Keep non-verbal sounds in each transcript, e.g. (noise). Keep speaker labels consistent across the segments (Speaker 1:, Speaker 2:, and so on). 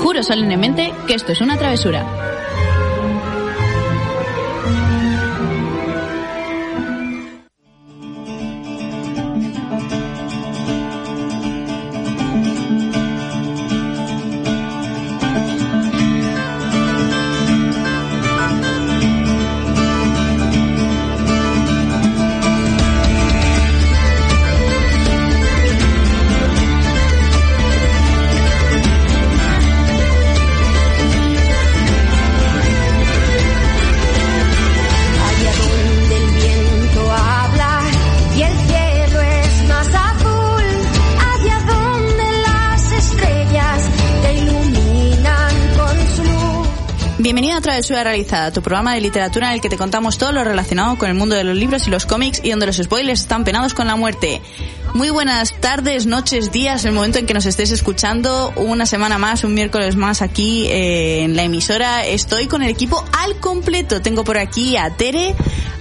Speaker 1: Juro solemnemente que esto es una travesura.
Speaker 2: Allá donde el viento habla y el cielo es más azul, allá donde las estrellas te iluminan con su luz.
Speaker 1: Bienvenido a Travesura Realizada, tu programa de literatura en el que te contamos todo lo relacionado con el mundo de los libros y los cómics y donde los spoilers están penados con la muerte. Muy buenas tardes, noches, días, el momento en que nos estés escuchando. Una semana más, un miércoles más aquí eh, en la emisora. Estoy con el equipo al completo. Tengo por aquí a Tere,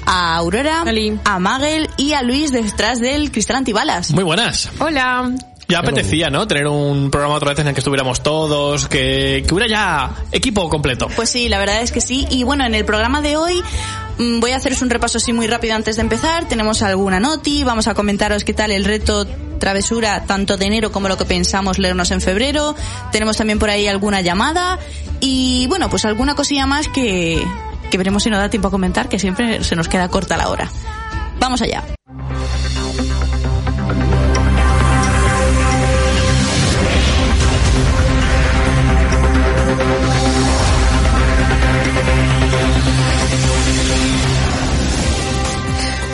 Speaker 1: a Aurora, a Magel y a Luis detrás del cristal antibalas.
Speaker 3: Muy buenas.
Speaker 4: Hola.
Speaker 3: Ya apetecía, ¿no? Tener un programa otra vez en el que estuviéramos todos, que, que hubiera ya equipo completo.
Speaker 1: Pues sí, la verdad es que sí. Y bueno, en el programa de hoy mm, voy a haceros un repaso así muy rápido antes de empezar. Tenemos alguna noti, vamos a comentaros qué tal el reto travesura tanto de enero como lo que pensamos leernos en febrero. Tenemos también por ahí alguna llamada y bueno, pues alguna cosilla más que, que veremos si nos da tiempo a comentar, que siempre se nos queda corta la hora. Vamos allá.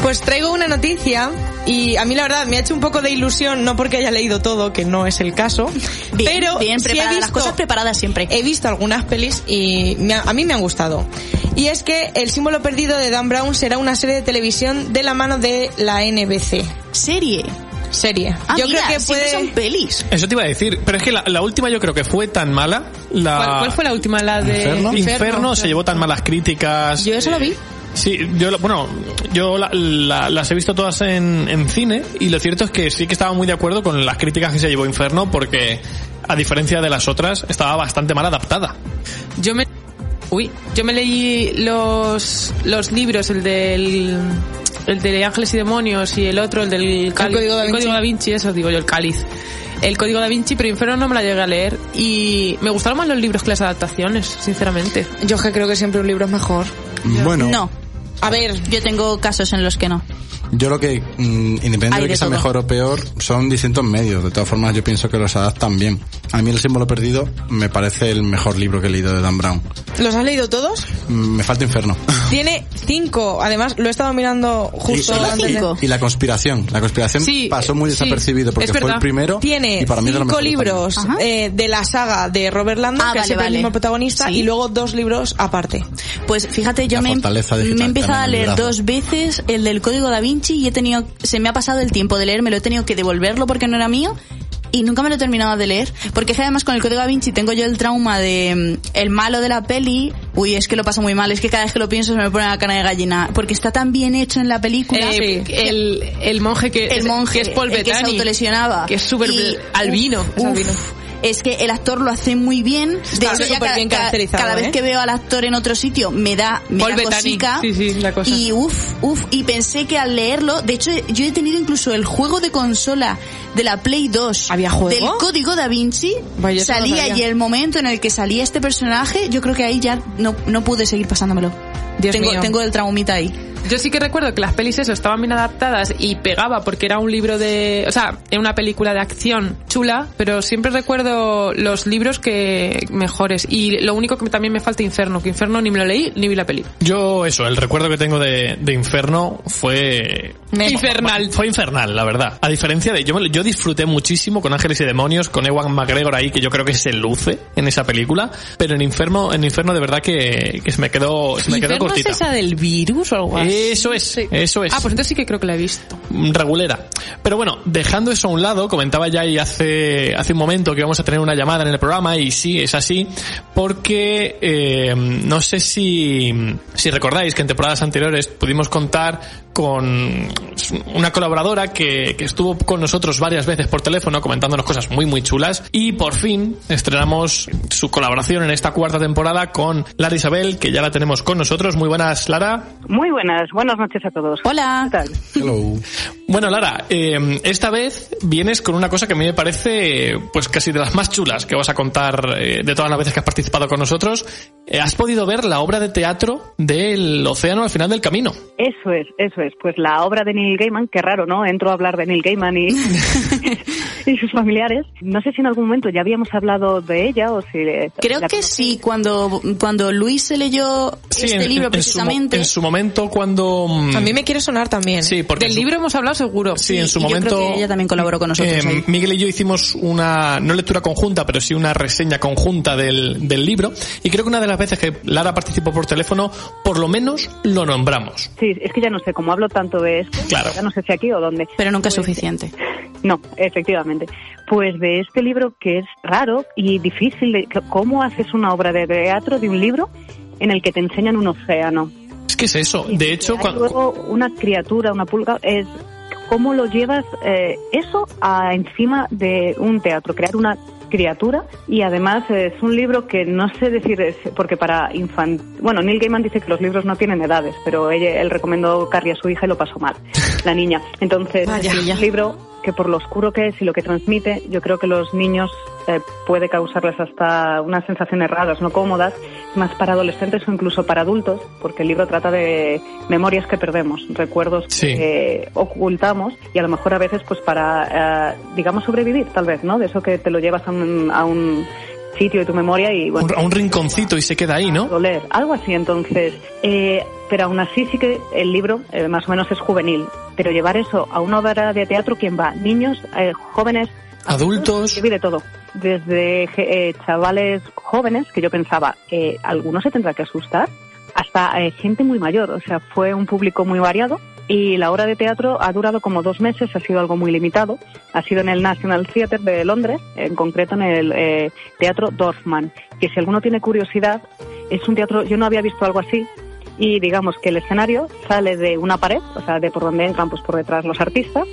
Speaker 4: Pues traigo una noticia y a mí la verdad me ha hecho un poco de ilusión, no porque haya leído todo, que no es el caso,
Speaker 1: Bien,
Speaker 4: pero
Speaker 1: bien
Speaker 4: sí he
Speaker 1: preparadas, las
Speaker 4: visto- Eh,
Speaker 1: cosas preparadas siempre.
Speaker 4: he visto algunas pelis y me ha- a mí me han gustado. Y es que El símbolo perdido de Dan Brown será una serie de televisión de la mano de la NBC.
Speaker 1: Serie.
Speaker 4: Serie.
Speaker 1: Ah,
Speaker 4: Yo
Speaker 1: mira,
Speaker 4: creo que
Speaker 1: siempre
Speaker 4: puede...
Speaker 1: son pelis.
Speaker 3: Eso te iba a decir, pero es que la, la última yo creo que fue tan mala. La...
Speaker 5: ¿Cuál, cuál fue la última? La de
Speaker 3: Ah. Inferno, se llevó tan malas críticas.
Speaker 5: Yo eso lo vi.
Speaker 3: Sí, yo, la- bueno, yo la- la- las he visto todas en, en cine y lo cierto es que sí que estaba muy de acuerdo con las críticas que se llevó Inferno porque, a diferencia de las otras, estaba bastante mal adaptada.
Speaker 5: Yo me. Uy, yo me leí los, los libros, el del. El de Ángeles y Demonios y el otro, el del cáliz-
Speaker 4: Código da
Speaker 5: el
Speaker 4: Vinci.
Speaker 5: Vinci, eso digo yo, el cáliz. El código da Vinci, pero Inferno no me la llegué a leer. Y me gustaron más los libros que las adaptaciones, sinceramente.
Speaker 4: Yo es que creo que siempre un libro es mejor.
Speaker 6: Bueno,
Speaker 1: No,
Speaker 4: A ver,
Speaker 1: yo tengo casos en los que no.
Speaker 6: yo lo que, mm, independientemente
Speaker 1: Hay
Speaker 6: de
Speaker 1: de
Speaker 6: que sea
Speaker 1: todo.
Speaker 6: mejor o peor, son distintos medios. De todas formas, yo pienso que los adaptan bien. A mí el símbolo perdido me parece el mejor libro que he leído de Dan Brown.
Speaker 4: ¿los has leído todos?
Speaker 6: Mm, Me falta Inferno.
Speaker 4: Tiene cinco. Además, lo he estado mirando justo
Speaker 6: ¿Solo
Speaker 4: antes de-
Speaker 1: cinco?
Speaker 6: y la conspiración. La conspiración
Speaker 5: Sí,
Speaker 6: pasó muy
Speaker 5: eh, sí,
Speaker 6: desapercibido porque
Speaker 5: es
Speaker 6: fue el
Speaker 5: verdad.
Speaker 6: primero.
Speaker 4: Tiene
Speaker 6: y para mí es de lo
Speaker 4: cinco
Speaker 6: mejor que salió.
Speaker 4: libros
Speaker 1: Ajá.
Speaker 4: eh, de la saga de Robert Landau,
Speaker 1: Ah,
Speaker 4: que
Speaker 1: vale,
Speaker 4: es siempre
Speaker 1: vale.
Speaker 4: el mismo protagonista,
Speaker 1: Sí.
Speaker 4: y luego dos libros aparte.
Speaker 1: Pues fíjate, yo
Speaker 6: La
Speaker 1: me,
Speaker 6: fortaleza digital
Speaker 1: me he empezado
Speaker 6: también
Speaker 1: a
Speaker 6: en el
Speaker 1: leer
Speaker 6: brazo.
Speaker 1: dos veces el del Código Da Vinci y he tenido, se me ha pasado el tiempo de leerme, lo he tenido que devolverlo porque no era mío y nunca me lo he terminado de leer. Porque es que además con el Código Da Vinci tengo yo el trauma de mm, el malo de la peli, uy, es que lo paso muy mal, es que cada vez que lo pienso se me pone la cara de gallina porque está tan bien hecho en la película.
Speaker 5: Eh, el, el monje que,
Speaker 1: el monje
Speaker 5: que es Paul
Speaker 1: el que se
Speaker 5: Bettany,
Speaker 1: autolesionaba
Speaker 5: que es súper
Speaker 1: Y,
Speaker 5: albino.
Speaker 1: uf,
Speaker 5: es albino.
Speaker 1: uf, es que el actor lo hace muy bien. De
Speaker 4: Está
Speaker 1: hecho, ya
Speaker 4: súper
Speaker 1: cada,
Speaker 4: bien
Speaker 1: cada-
Speaker 4: caracterizado,
Speaker 1: cada vez
Speaker 4: ¿eh?
Speaker 1: que veo al actor en otro sitio me da, me
Speaker 5: Paul
Speaker 1: da
Speaker 5: Bettany.
Speaker 1: cosica.
Speaker 5: Sí, sí, la cosa.
Speaker 1: Y uff, uff. Y pensé que al leerlo, de hecho, yo he tenido incluso el juego de consola de la Play 2.
Speaker 4: ¿Había juego?
Speaker 1: Del código Da Vinci.
Speaker 4: Vaya, eso no
Speaker 1: salía
Speaker 4: sabía.
Speaker 1: y el momento en el que salía este personaje, yo creo que ahí ya no, no pude seguir pasándomelo.
Speaker 4: Dios
Speaker 1: tengo,
Speaker 4: mío.
Speaker 1: tengo el traumita ahí.
Speaker 5: Yo sí que recuerdo que las pelis eso estaban bien adaptadas y pegaba porque era un libro de, o sea, era una película de acción chula, pero siempre recuerdo los libros que mejores y lo único que también me falta Inferno, que Inferno ni me lo leí ni vi la peli.
Speaker 3: Yo, eso, el recuerdo que tengo de, de Inferno fue...
Speaker 5: Infernal.
Speaker 3: Fue infernal, la verdad. A diferencia de... Yo, me- yo disfruté muchísimo con Ángeles y Demonios, con Ewan McGregor ahí, que yo creo que se luce en esa película, pero en Inferno, en Inferno de verdad que, que se me quedó, se me quedó
Speaker 5: ¿Inferno
Speaker 3: cortita.
Speaker 5: es esa del virus o algo así?
Speaker 3: Eso es, eso es.
Speaker 5: Ah, pues entonces sí que creo que la he visto.
Speaker 3: regulera. Pero bueno, dejando eso a un lado, comentaba ya y hace, hace un momento que vamos a tener una llamada en el programa y sí, es así, porque eh, no sé si, si recordáis que en temporadas anteriores pudimos contar con una colaboradora que, que estuvo con nosotros varias veces por teléfono comentándonos cosas muy muy chulas y por fin estrenamos su colaboración en esta cuarta temporada con Lara Isabel que ya la tenemos con nosotros. Muy buenas Lara.
Speaker 7: Muy buenas, buenas noches a todos.
Speaker 1: Hola.
Speaker 7: ¿Qué tal?
Speaker 6: Hello.
Speaker 3: Bueno, Lara, eh, esta vez vienes con una cosa que a mí me parece, pues casi de las más chulas que vas a contar eh, de todas las veces que has participado con nosotros. Eh, has podido ver la obra de teatro del océano al final del camino.
Speaker 7: Eso es, eso es. Pues la obra de Neil Gaiman, qué raro, ¿no? Entro a hablar de Neil Gaiman
Speaker 1: (laughs)
Speaker 7: y, (laughs) y sus familiares. No sé si en algún momento ya habíamos hablado de ella o si... eh,
Speaker 1: Creo
Speaker 7: la
Speaker 1: que
Speaker 7: conocí.
Speaker 1: sí, cuando, cuando Luis se leyó este libro
Speaker 3: en- en su mo-
Speaker 1: precisamente.
Speaker 3: en su, momento cuando... mm,
Speaker 4: A mí me quiere sonar también.
Speaker 3: Sí, porque...
Speaker 5: Del
Speaker 3: en su-
Speaker 5: libro hemos hablado seguro.
Speaker 3: Sí, en su
Speaker 1: y yo creo
Speaker 3: momento...
Speaker 1: que ella también colaboró con nosotros
Speaker 3: eh,
Speaker 1: ahí.
Speaker 3: Miguel y yo hicimos una, no lectura conjunta, pero sí una reseña conjunta del, del libro. Y creo que una de las veces que Lara participó por teléfono, por lo menos lo nombramos.
Speaker 7: Sí, es que ya no sé, como hablo tanto de esto,
Speaker 3: Claro.
Speaker 7: ya no sé si aquí o dónde. Pues,
Speaker 1: Pero nunca es suficiente.
Speaker 7: No, efectivamente. Pues de este libro que es raro y difícil, de, ¿cómo haces una obra de teatro de un libro en el que te enseñan un océano?
Speaker 3: Es que es eso. De hecho,
Speaker 7: Hay
Speaker 3: cuan-
Speaker 7: luego una criatura, una pulga, es cómo lo llevas eh, eso a encima de un teatro, crear una criatura y además es un libro que no sé decir es porque para infant bueno Neil Gaiman dice que los libros no tienen edades pero ella, él recomendó Carrie a su hija y lo pasó mal la niña entonces
Speaker 4: Vaya.
Speaker 7: es un libro que por lo oscuro que es y lo que transmite yo creo que los niños eh, puede causarles hasta unas sensaciones raras no cómodas más para adolescentes o incluso para adultos, porque el libro trata de memorias que perdemos, recuerdos
Speaker 3: Sí.
Speaker 7: que ocultamos y a lo mejor a veces pues para, eh, digamos, sobrevivir tal vez, ¿no? De eso que te lo llevas a un, a un sitio de tu memoria y bueno,
Speaker 3: un- a un rinconcito y se queda ahí, ¿no?
Speaker 7: doler, algo así entonces. Eh, pero aún así sí que el libro eh, más o menos es juvenil, pero llevar eso a una obra de teatro, ¿quién va? Niños, eh, jóvenes,
Speaker 3: Adultos.
Speaker 7: yo vi de todo. Desde eh, chavales jóvenes, que yo pensaba, eh, algunos se tendrá que asustar, hasta eh, gente muy mayor. O sea, fue un público muy variado. Y la obra de teatro ha durado como dos meses, ha sido algo muy limitado. Ha sido en el National Theatre de Londres, en concreto en el eh, Teatro Dorfman, que si alguno tiene curiosidad, es un teatro, yo no había visto algo así, y digamos que el escenario sale de una pared, o sea, de por donde entran pues por detrás los artistas,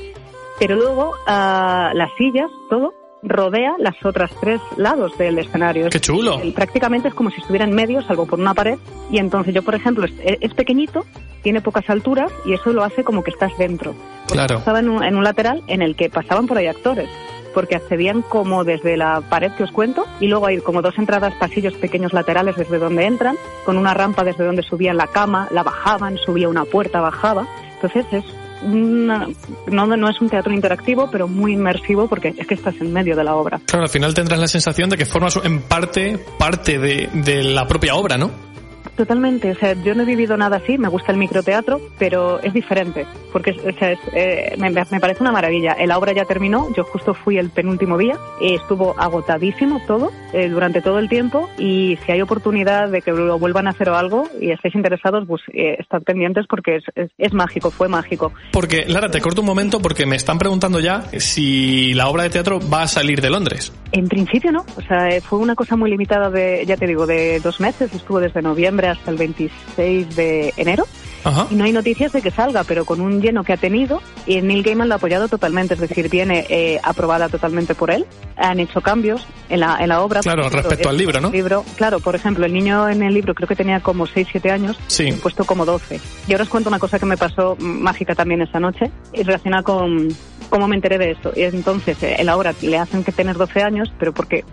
Speaker 7: pero luego ah, las sillas, todo, rodea las otras tres lados del escenario.
Speaker 3: ¡Qué chulo!
Speaker 7: Y prácticamente es como si estuviera en medio, salvo por una pared. Y entonces yo, por ejemplo, es, es pequeñito, tiene pocas alturas y eso lo hace como que estás dentro. Porque
Speaker 3: Claro.
Speaker 7: Estaba en un, en un lateral en el que pasaban por ahí actores, porque accedían como desde la pared que os cuento y luego hay como dos entradas, pasillos pequeños laterales desde donde entran, con una rampa desde donde subían la cama, la bajaban, subía una puerta, bajaba. Entonces es... una- no, no es un teatro interactivo, pero muy inmersivo porque es que estás en medio de la obra.
Speaker 3: Claro, al final tendrás la sensación de que formas en parte parte de, de la propia obra, ¿no?
Speaker 7: Totalmente, o sea, yo no he vivido nada así, me gusta el microteatro, pero es diferente, porque o sea, es, eh, me, me parece una maravilla. Eh, La obra ya terminó, yo justo fui el penúltimo día, eh, estuvo agotadísimo todo, eh, durante todo el tiempo, y si hay oportunidad de que lo vuelvan a hacer o algo y estáis interesados, pues eh, estad pendientes porque es, es- es mágico, fue mágico.
Speaker 3: Porque, Lara, te corto un momento porque me están preguntando ya si la obra de teatro va a salir de Londres.
Speaker 7: En principio no, o sea, eh, fue una cosa muy limitada de, ya te digo, de dos meses, estuvo desde noviembre hasta el 26 de enero.
Speaker 3: Ajá.
Speaker 7: Y no hay noticias de que salga, pero con un lleno que ha tenido, y Neil Gaiman lo ha apoyado totalmente, es decir, viene eh, aprobada totalmente por él. Han hecho cambios en la, en la obra.
Speaker 3: Claro,
Speaker 7: Por ejemplo,
Speaker 3: respecto al
Speaker 7: el
Speaker 3: libro, ¿no?
Speaker 7: libro. Claro, por ejemplo, el niño en el libro creo que tenía como 6-7 años,
Speaker 3: Sí.
Speaker 7: he puesto como 12. Y ahora os cuento una cosa que me pasó mm, mágica también esa noche, y relacionada con cómo me enteré de esto. Y entonces, eh, el ahora le hacen que tener 12 años, pero porque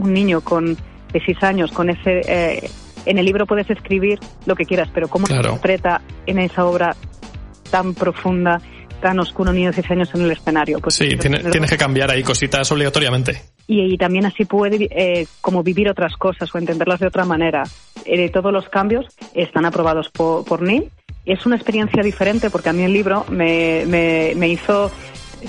Speaker 7: un niño con 6 años, con ese... eh, en el libro puedes escribir lo que quieras, pero cómo
Speaker 3: Claro.
Speaker 7: interpreta en esa obra tan profunda, tan oscuro un niño de 6 años en el escenario. Pues
Speaker 3: Sí,
Speaker 7: eso,
Speaker 3: tiene-
Speaker 7: tenerlo-
Speaker 3: tienes que cambiar ahí cositas obligatoriamente.
Speaker 7: y, y también así puede eh, como vivir otras cosas o entenderlas de otra manera. Eh, todos los cambios están aprobados po- por, NIM. Es una experiencia diferente porque a mí el libro me, me, me hizo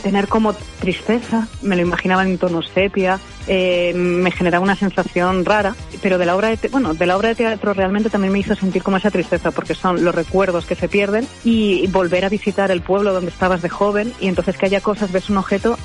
Speaker 7: tener como tristeza, me lo imaginaba en tono sepia, eh, me generaba una sensación rara, pero de la obra de te- bueno, de la obra de teatro realmente también me hizo sentir como esa tristeza porque son los recuerdos que se pierden y volver a visitar el pueblo donde estabas de joven y entonces que haya cosas, ves un objeto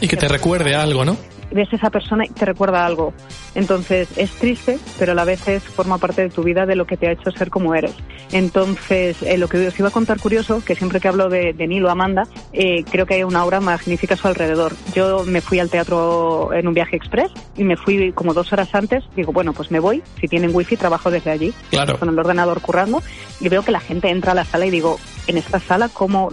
Speaker 3: Y que te recuerde a algo, ¿no?
Speaker 7: ves a esa persona y te recuerda algo. Entonces es triste, pero a la vez es, forma parte de tu vida, de lo que te ha hecho ser como eres. Entonces, eh, lo que os iba a contar curioso, que siempre que hablo de, de Nilo Amanda, eh, creo que hay una obra magnífica a su alrededor. Yo me fui al teatro en un viaje express y me fui como dos horas antes. Digo, bueno, pues me voy. Si tienen wifi, trabajo desde allí
Speaker 3: Claro.
Speaker 7: con el ordenador currando y veo que la gente entra a la sala y digo, en esta sala, ¿cómo,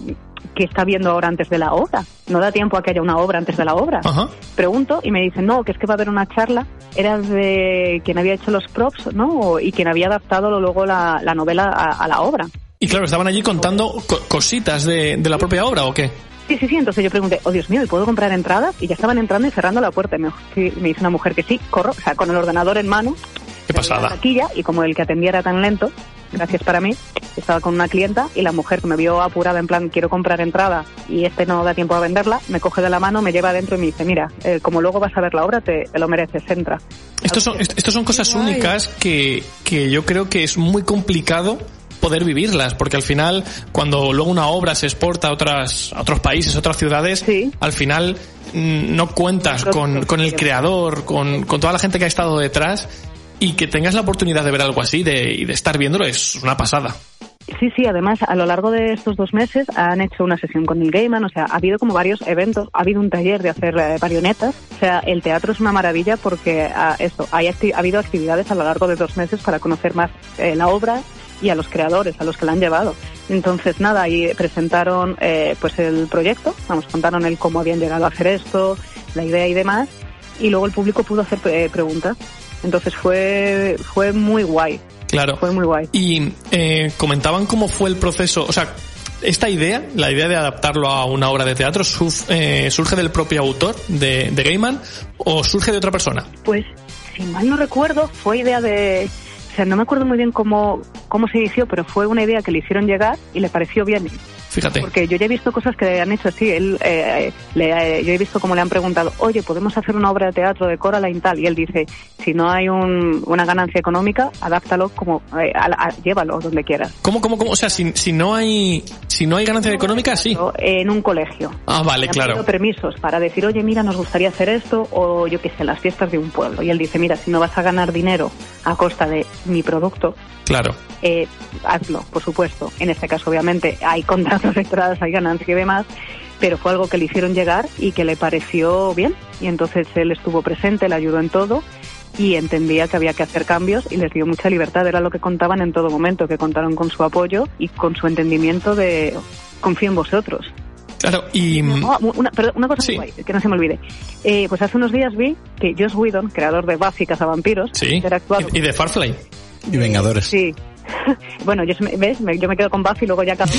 Speaker 7: ¿qué está viendo ahora antes de la obra? No da tiempo a que haya una obra antes de la obra
Speaker 3: Ajá.
Speaker 7: pregunto y me dicen, no, que es que va a haber una charla. Era de quien había hecho los props, ¿no? O- Y quien había adaptado luego la, la novela a, a la obra.
Speaker 3: Y claro, estaban allí contando co- cositas de, de la propia obra o qué.
Speaker 7: Sí, sí, sí. Entonces yo pregunté, oh Dios mío, ¿y puedo comprar entradas? Y ya estaban entrando y cerrando la puerta. Y me, sí, me dice una mujer que sí, corro, o sea, con el ordenador en mano.
Speaker 3: Qué
Speaker 7: la
Speaker 3: pasada.
Speaker 7: taquilla y como el que atendía era tan lento, gracias para mí, estaba con una clienta y la mujer que me vio apurada en plan quiero comprar entrada y este no da tiempo a venderla, me coge de la mano, me lleva adentro y me dice, mira, eh, como luego vas a ver la obra, te, te lo mereces, entra.
Speaker 3: Estos son, est- estos son cosas únicas que, que yo creo que es muy complicado poder vivirlas, porque al final, cuando luego una obra se exporta a, otras, a otros países, a otras ciudades,
Speaker 7: Sí.
Speaker 3: al final mm, no cuentas
Speaker 7: Nosotros
Speaker 3: con, con el
Speaker 7: sí.
Speaker 3: creador, con, con toda la gente que ha estado detrás, y que tengas la oportunidad de ver algo así de- y de estar viéndolo es una pasada.
Speaker 7: Sí, sí, además a lo largo de estos dos meses han hecho una sesión con Neil Gaiman, o sea, ha habido como varios eventos, ha habido un taller de hacer eh, marionetas, o sea, el teatro es una maravilla porque ah, esto, hay acti- ha habido actividades a lo largo de dos meses para conocer más eh, la obra y a los creadores, a los que la han llevado. Entonces, nada, ahí presentaron eh, pues el proyecto, vamos, contaron el cómo habían llegado a hacer esto, la idea y demás, y luego el público pudo hacer eh, preguntas. Entonces fue, fue muy guay,
Speaker 3: Claro.
Speaker 7: fue muy guay.
Speaker 3: Y eh, comentaban cómo fue el proceso, o sea, esta idea, la idea de adaptarlo a una obra de teatro, suf- eh, ¿surge del propio autor de, de Gaiman o surge de otra persona?
Speaker 7: Pues, si mal no recuerdo, fue idea de... O sea, no me acuerdo muy bien cómo, cómo se inició, pero fue una idea que le hicieron llegar y le pareció bien.
Speaker 3: Fíjate.
Speaker 7: Porque yo ya he visto cosas que han hecho así. Él, eh, le- eh, yo he visto como le han preguntado, oye, ¿podemos hacer una obra de teatro de Coraline tal? Y él dice, si no hay un- una ganancia económica, adáptalo como... eh, a la- a- llévalo donde quieras.
Speaker 3: ¿Cómo, cómo, cómo? O sea, si, si no hay si no hay ganancia económica, sí.
Speaker 7: O, eh, En un colegio.
Speaker 3: Ah, vale,
Speaker 7: Le han
Speaker 3: claro.
Speaker 7: pedido permisos para decir, oye, mira, nos gustaría hacer esto, o yo qué sé, las fiestas de un pueblo. Y él dice, mira, si no vas a ganar dinero a costa de mi producto,
Speaker 3: Claro.
Speaker 7: eh, hazlo, por supuesto. En este caso, obviamente, hay contratos (laughs) de entradas, hay ganancia y demás, pero fue algo que le hicieron llegar y que le pareció bien. Y entonces él estuvo presente, le ayudó en todo y entendía que había que hacer cambios y les dio mucha libertad. Era lo que contaban en todo momento, que contaron con su apoyo y con su entendimiento de confío en vosotros.
Speaker 3: Claro. Y mm,
Speaker 7: Ah, una, perdón, una cosa
Speaker 3: Sí.
Speaker 7: muy guay, que no se me olvide. Eh, pues hace unos días vi que Joss Whedon, creador de Buffy Cazavampiros,
Speaker 3: sí.
Speaker 7: interactuado...
Speaker 3: Y, y de Farfly.
Speaker 6: Y Vengadores.
Speaker 7: Sí. (laughs) bueno, yo, se me- ¿ves? Me- yo me quedo con Buffy y luego
Speaker 3: (laughs)
Speaker 7: ya acabo.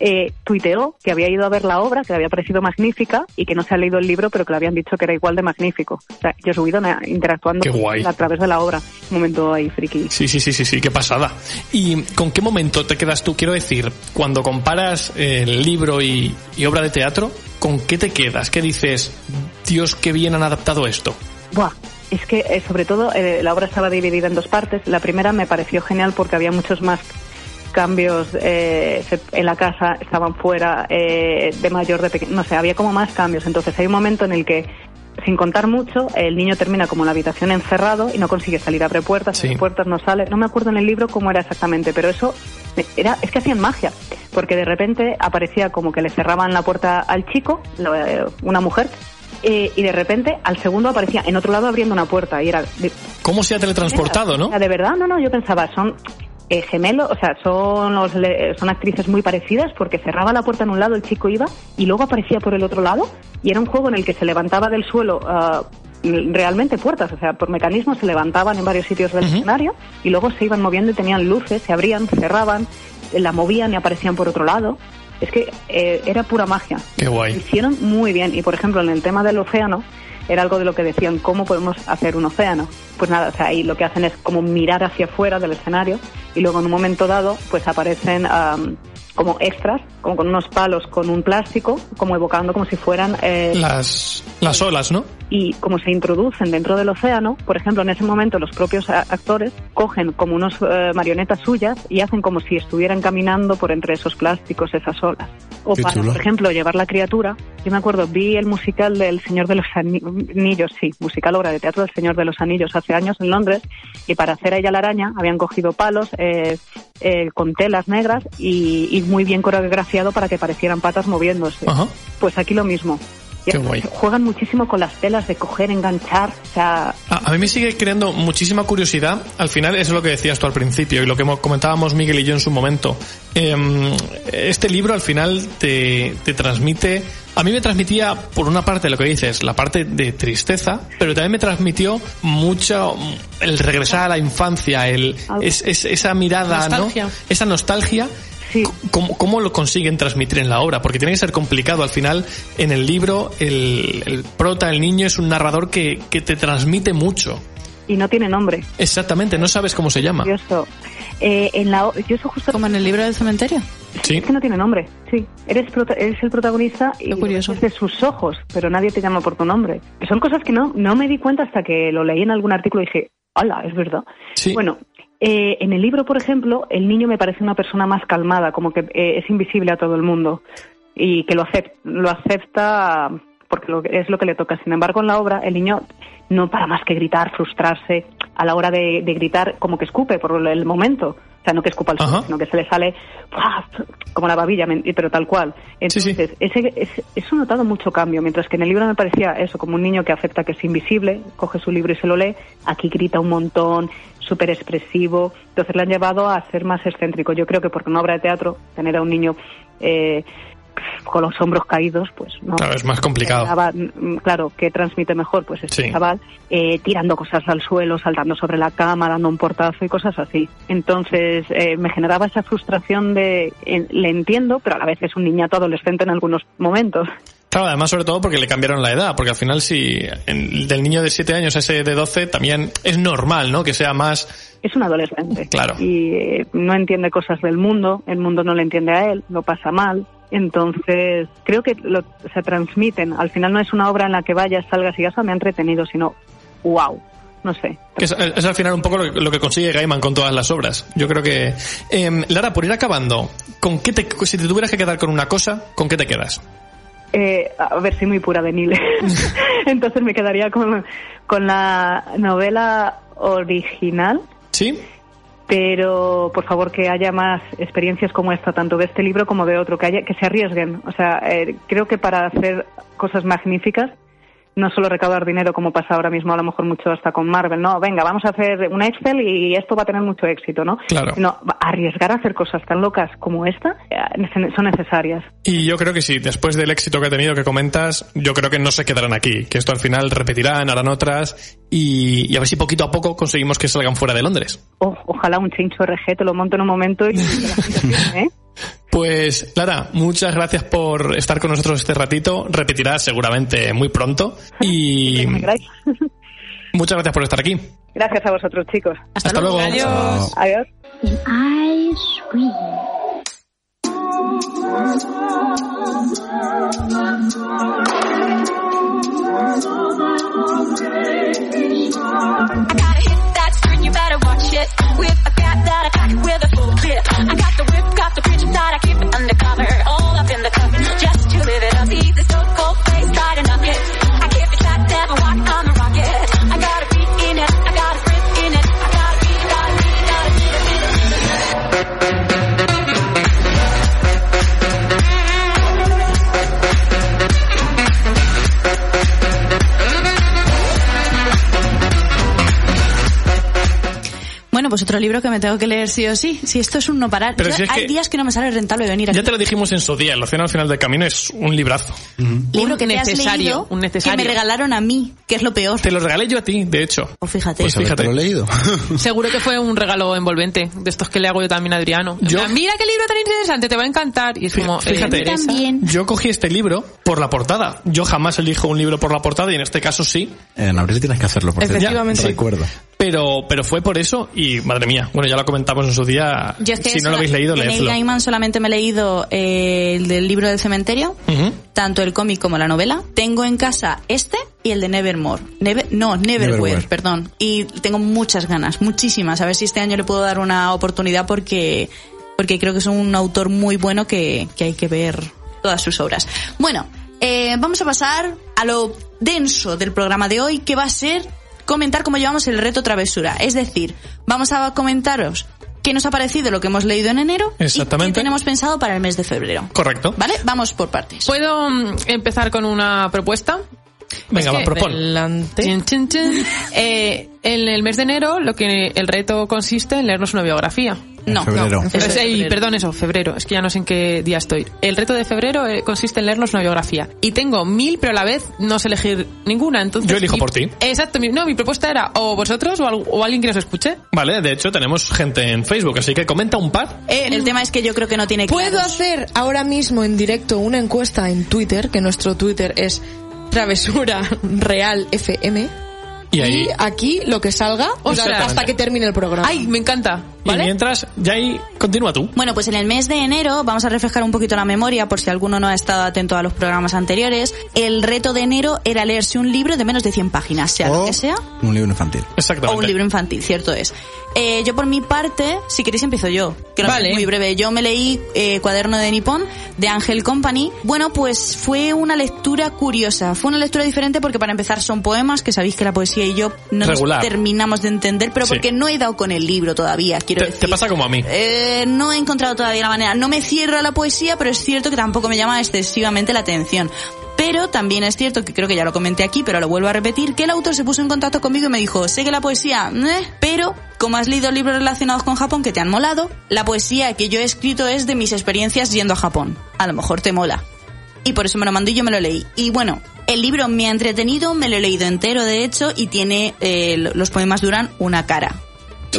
Speaker 7: eh, tuiteó que había ido a ver la obra, que le había parecido magnífica y que no se ha leído el libro, pero que le habían dicho que era igual de magnífico. O sea, Joss Whedon eh, interactuando
Speaker 3: Qué guay.
Speaker 7: a través de la obra. Un momento ahí, friki.
Speaker 3: Sí, sí, sí, sí, sí, qué pasada. ¿Y con qué momento te quedas tú? Quiero decir, cuando comparas eh, libro y, y obra de teatro, ¿con qué te quedas? ¿Qué dices? Dios, qué bien han adaptado esto.
Speaker 7: Buah, es que eh, sobre todo eh, la obra estaba dividida en dos partes. La primera me pareció genial porque había muchos más cambios eh, se- en la casa, estaban fuera, eh, de mayor, de pequeño, no sé, había como más cambios. Entonces hay un momento en el que, sin contar mucho, el niño termina como en la habitación encerrado y no consigue salir, abre puertas,
Speaker 3: Sí.
Speaker 7: abre puertas, no sale. No me acuerdo en el libro cómo era exactamente, pero eso era, es que hacían magia, porque de repente aparecía como que le cerraban la puerta al chico, lo- eh, una mujer, eh, y de repente al segundo aparecía en otro lado abriendo una puerta y era de-
Speaker 3: ¿Cómo se ha teletransportado, no?
Speaker 7: o sea, de verdad, no, no, yo pensaba, son eh, gemelos, o sea, son, los le- son actrices muy parecidas porque cerraba la puerta en un lado, el chico iba y luego aparecía por el otro lado y era un juego en el que se levantaba del suelo. ah, realmente puertas, o sea, por mecanismos se levantaban en varios sitios del escenario y luego se iban moviendo y tenían luces, se abrían, cerraban, la movían y aparecían por otro lado. Es que eh, era pura magia.
Speaker 3: Qué
Speaker 7: Lo
Speaker 3: guay.
Speaker 7: hicieron muy bien. Y por ejemplo, en el tema del océano, era algo de lo que decían, ¿cómo podemos hacer un océano? Pues nada, o sea, ahí lo que hacen es como mirar hacia afuera del escenario y luego en un momento dado, pues aparecen am, como extras, como con unos palos, con un plástico, como evocando como si fueran... eh,
Speaker 3: Las, las olas, ¿no?
Speaker 7: y como se introducen dentro del océano, por ejemplo, en ese momento los propios a- actores cogen como unos eh, marionetas suyas y hacen como si estuvieran caminando por entre esos plásticos, esas olas. O
Speaker 6: Qué
Speaker 7: para,
Speaker 6: chulo.
Speaker 7: por ejemplo, llevar la criatura. Yo me acuerdo, vi el musical del Señor de los Ani- Anillos, sí, musical obra de teatro del Señor de los Anillos hace años en Londres, y para hacer a ella la araña habían cogido palos eh, eh, con telas negras y, y muy bien coreografiado para que parecieran patas moviéndose.
Speaker 3: Ajá.
Speaker 7: Pues aquí lo mismo.
Speaker 3: Qué
Speaker 7: Ya,
Speaker 3: guay.
Speaker 7: Juegan muchísimo con las telas de coger, enganchar, o sea,
Speaker 3: A, a mí me sigue creando muchísima curiosidad. Al final, eso es lo que decías tú al principio y lo que mo- comentábamos Miguel y yo en su momento. Em, este libro al final te, te transmite. A mí me transmitía, por una parte, lo que dices, la parte de tristeza, pero también me transmitió mucho mm, el regresar a la infancia, el,
Speaker 7: Algo.
Speaker 3: es- es- esa mirada,
Speaker 5: Nostalgia.
Speaker 3: ¿no? Esa nostalgia.
Speaker 7: Sí.
Speaker 3: C- ¿Cómo, cómo lo consiguen transmitir en la obra? Porque tiene que ser complicado. Al final, en el libro, el, el prota, el niño, es un narrador que, que te transmite mucho.
Speaker 7: y no tiene nombre.
Speaker 3: Exactamente, no sabes cómo se llama.
Speaker 7: Curioso. Eh, en la, o- yo eso justo
Speaker 1: Como en el libro del cementerio.
Speaker 3: Sí.
Speaker 7: es que no tiene nombre. Sí, eres, prota- eres el protagonista y
Speaker 1: Qué curioso.
Speaker 7: es de sus ojos, pero nadie te llama por tu nombre. Son cosas que no no me di cuenta hasta que lo leí en algún artículo y dije, "Hala, es verdad."
Speaker 3: Sí.
Speaker 7: Bueno, eh, en el libro, por ejemplo, el niño me parece una persona más calmada, como que eh, es invisible a todo el mundo y que lo acep- lo acepta, porque lo- es lo que le toca. Sin embargo, en la obra, el niño no para más que gritar, frustrarse. A la hora de, de gritar, como que escupe por el momento. O sea, no que escupa el
Speaker 3: Ajá.
Speaker 7: suelo, sino que se le sale ¡buah! como la babilla, men- pero tal cual.
Speaker 3: Sí, sí.
Speaker 7: Entonces, ese, ese- eso he notado mucho cambio, mientras que en el libro me parecía eso, como un niño que acepta que es invisible, coge su libro y se lo lee, aquí grita un montón, súper expresivo, entonces le han llevado a ser más excéntrico. Yo creo que porque una obra de teatro, tener a un niño eh, con los hombros caídos, pues no.
Speaker 3: Claro, es más complicado.
Speaker 7: Estaba, mm, claro, ¿qué transmite mejor? Pues este
Speaker 3: Sí.
Speaker 7: chaval eh, tirando cosas al suelo, saltando sobre la cama, dando un portazo y cosas así. Entonces eh, me generaba esa frustración de eh, le entiendo, pero a la vez es un niñato adolescente en algunos momentos. (laughs)
Speaker 3: Claro, además, sobre todo porque le cambiaron la edad, porque al final, si en- del niño de 7 años a ese de 12, también es normal, ¿no? Que sea más.
Speaker 7: Es un adolescente.
Speaker 3: Claro.
Speaker 7: Y eh, no entiende cosas del mundo, el mundo no le entiende a él, lo pasa mal. Entonces, creo que lo, se transmiten. Al final no es una obra en la que vayas, salgas y ya "Ah, me ha entretenido, sino wow. No sé.
Speaker 3: que es, es al final un poco lo, lo que consigue Gaiman con todas las obras. Yo creo que. Em, Lara, por ir acabando, ¿con qué te, si te tuvieras que quedar con una cosa, ¿con qué te quedas?
Speaker 7: Eh, a ver, soy muy pura de Nile. Entonces me quedaría con, con la novela original,
Speaker 3: ¿Sí?
Speaker 7: pero por favor que haya más experiencias como esta, tanto de este libro como de otro, que, haya, que se arriesguen. O sea, eh, creo que para hacer cosas magníficas, no solo recaudar dinero como pasa ahora mismo, a lo mejor mucho hasta con Marvel, no, venga, vamos a hacer un Excel y esto va a tener mucho éxito, ¿no?
Speaker 3: Claro.
Speaker 7: Sino arriesgar a hacer cosas tan locas como esta eh, son necesarias.
Speaker 3: Y yo creo que sí, después del éxito que ha tenido que comentas, yo creo que no se quedarán aquí, que esto al final repetirán, harán otras y, y a ver si poquito a poco conseguimos que salgan fuera de Londres.
Speaker 7: Oh, ojalá un chincho RG te lo monto en un momento y que la gente firme, ¿eh?
Speaker 3: Pues Lara, muchas gracias por estar con nosotros este ratito, repetirás seguramente muy pronto y
Speaker 7: Me
Speaker 3: muchas
Speaker 7: queráis.
Speaker 3: gracias por estar aquí.
Speaker 7: Gracias a vosotros, chicos.
Speaker 3: Hasta, luego.
Speaker 5: Adiós.
Speaker 7: Adiós.
Speaker 2: And I scream.
Speaker 8: I gotta hit that screen, you better watch it. With a cat that I pack it with a full clip. I got the whip, got the bridge inside, I keep it undercover. All up in the cover, just to live it up. See this old cold face try to knock it. I keep it trapped, never walk on a rocket. I gotta be in it, I gotta breathe in it. I gotta be, gotta be, gotta be, gotta be.
Speaker 1: Bueno, pues otro libro que me tengo que leer sí o sí. Si esto es un no parar.
Speaker 3: Pero
Speaker 1: Yo-
Speaker 3: si es
Speaker 1: hay
Speaker 3: que-
Speaker 1: días que no me sale rentable venir aquí.
Speaker 3: Ya te lo dijimos en su día, el océano al final del camino es un librazo.
Speaker 1: Libro
Speaker 5: Un
Speaker 1: que te has
Speaker 5: necesario,
Speaker 1: leído,
Speaker 5: un necesario.
Speaker 1: que me regalaron a mí, que es lo peor.
Speaker 3: Te lo regalé yo a ti, de hecho.
Speaker 1: O fíjate.
Speaker 6: Pues fíjate.
Speaker 3: fíjate.
Speaker 6: lo he leído.
Speaker 5: Seguro que fue un regalo envolvente, de estos que le hago yo también a Adriano. En
Speaker 3: Yo-
Speaker 5: plan, Mira qué libro tan interesante, te va a encantar. Y es como, eh,
Speaker 3: Fíjate,
Speaker 5: Teresa,
Speaker 1: también.
Speaker 3: yo cogí este libro por la portada. Yo jamás elijo un libro por la portada y en este caso sí,
Speaker 6: en abril Eh, tienes que hacerlo, por cierto.
Speaker 5: Efectivamente.
Speaker 6: Recuerdo.
Speaker 3: pero, pero fue por eso y madre mía, bueno, ya lo comentamos en su día.
Speaker 1: Yo es que
Speaker 3: si no
Speaker 1: sola-
Speaker 3: lo habéis leído,
Speaker 1: de Neil
Speaker 3: leedlo.
Speaker 1: Gaiman solamente me he leído eh, el del libro del cementerio,
Speaker 3: Ujú.
Speaker 1: tanto el cómic como la novela. Tengo en casa este y el de Nevermore. Neve- no, Neverwhere,
Speaker 6: Neverwhere.
Speaker 1: perdón. Y tengo muchas ganas, muchísimas. A ver si este año le puedo dar una oportunidad porque, porque creo que es un autor muy bueno que, que hay que ver todas sus obras. Bueno, eh, vamos a pasar a lo denso del programa de hoy que va a ser comentar cómo llevamos el reto travesura. Es decir, vamos a comentaros qué nos ha parecido lo que hemos leído en enero y
Speaker 3: Exactamente.
Speaker 1: qué tenemos pensado para el mes de febrero.
Speaker 3: Correcto.
Speaker 1: ¿Vale? Vamos por partes.
Speaker 5: ¿Puedo mm, empezar con una propuesta?
Speaker 1: pues
Speaker 3: Venga,
Speaker 5: Es
Speaker 3: va,
Speaker 5: que-
Speaker 3: propon.
Speaker 5: Chin, chin, chin. Eh, en el mes de enero, lo que el reto consiste en leernos una biografía.
Speaker 1: no,
Speaker 6: febrero.
Speaker 1: no.
Speaker 6: Eso
Speaker 5: Es- ey, perdón, eso, febrero. Es que ya no sé en qué día estoy. El reto de febrero eh, consiste en leernos una biografía. Y tengo mil, pero a la vez no sé elegir ninguna. Entonces,
Speaker 3: Yo elijo
Speaker 5: mi-
Speaker 3: por ti.
Speaker 5: Exacto. mi- no, mi propuesta era o vosotros o, al- o alguien que nos escuche.
Speaker 3: Vale, de hecho tenemos gente en Facebook, así que comenta un par.
Speaker 1: Eh, el tema es que yo creo que no tiene
Speaker 4: Puedo
Speaker 1: claros.
Speaker 4: hacer ahora mismo en directo una encuesta en Twitter, que nuestro Twitter es travesura real FM.
Speaker 3: Y ahí.
Speaker 1: ah,
Speaker 4: aquí lo que salga
Speaker 5: O sea,
Speaker 4: durante- hasta que termine el programa.
Speaker 5: Ay, me encanta.
Speaker 3: Y
Speaker 5: ¿Vale?
Speaker 3: mientras, ya ahí, continúa tú.
Speaker 1: Bueno, pues en el mes de enero vamos a reflejar un poquito la memoria por si alguno no ha estado atento a los programas anteriores. El reto de enero era leerse un libro de menos de 100 páginas, sea lo
Speaker 4: Oh.
Speaker 6: O
Speaker 1: que sea.
Speaker 6: un libro infantil.
Speaker 3: Exactamente.
Speaker 1: O un libro infantil, cierto es. Eh, yo por mi parte, si queréis empiezo yo, que lo
Speaker 5: Vale.
Speaker 1: es muy breve. Yo me leí eh, Cuaderno de Nippon de Ángel Company. Bueno, pues fue una lectura curiosa. Fue una lectura diferente porque para empezar son poemas, que sabéis que la poesía y yo no nos
Speaker 3: Regular.
Speaker 1: terminamos de entender, pero
Speaker 3: Sí.
Speaker 1: porque no he dado con el libro todavía, quiero
Speaker 3: Te,
Speaker 1: decir.
Speaker 3: te pasa como a mí.
Speaker 1: Eh, no he encontrado todavía la manera. No me cierra la poesía, pero es cierto que tampoco me llama excesivamente la atención. Pero también es cierto que creo que ya lo comenté aquí, pero lo vuelvo a repetir, que el autor se puso en contacto conmigo y me dijo, sé que la poesía, eh, pero como has leído libros relacionados con Japón que te han molado, la poesía que yo he escrito es de mis experiencias yendo a Japón. A lo mejor te mola y por eso me lo mandó y yo me lo leí. Y bueno, el libro me ha entretenido, me lo he leído entero de hecho y tiene, eh, lo- los poemas duran una cara.
Speaker 3: Sí,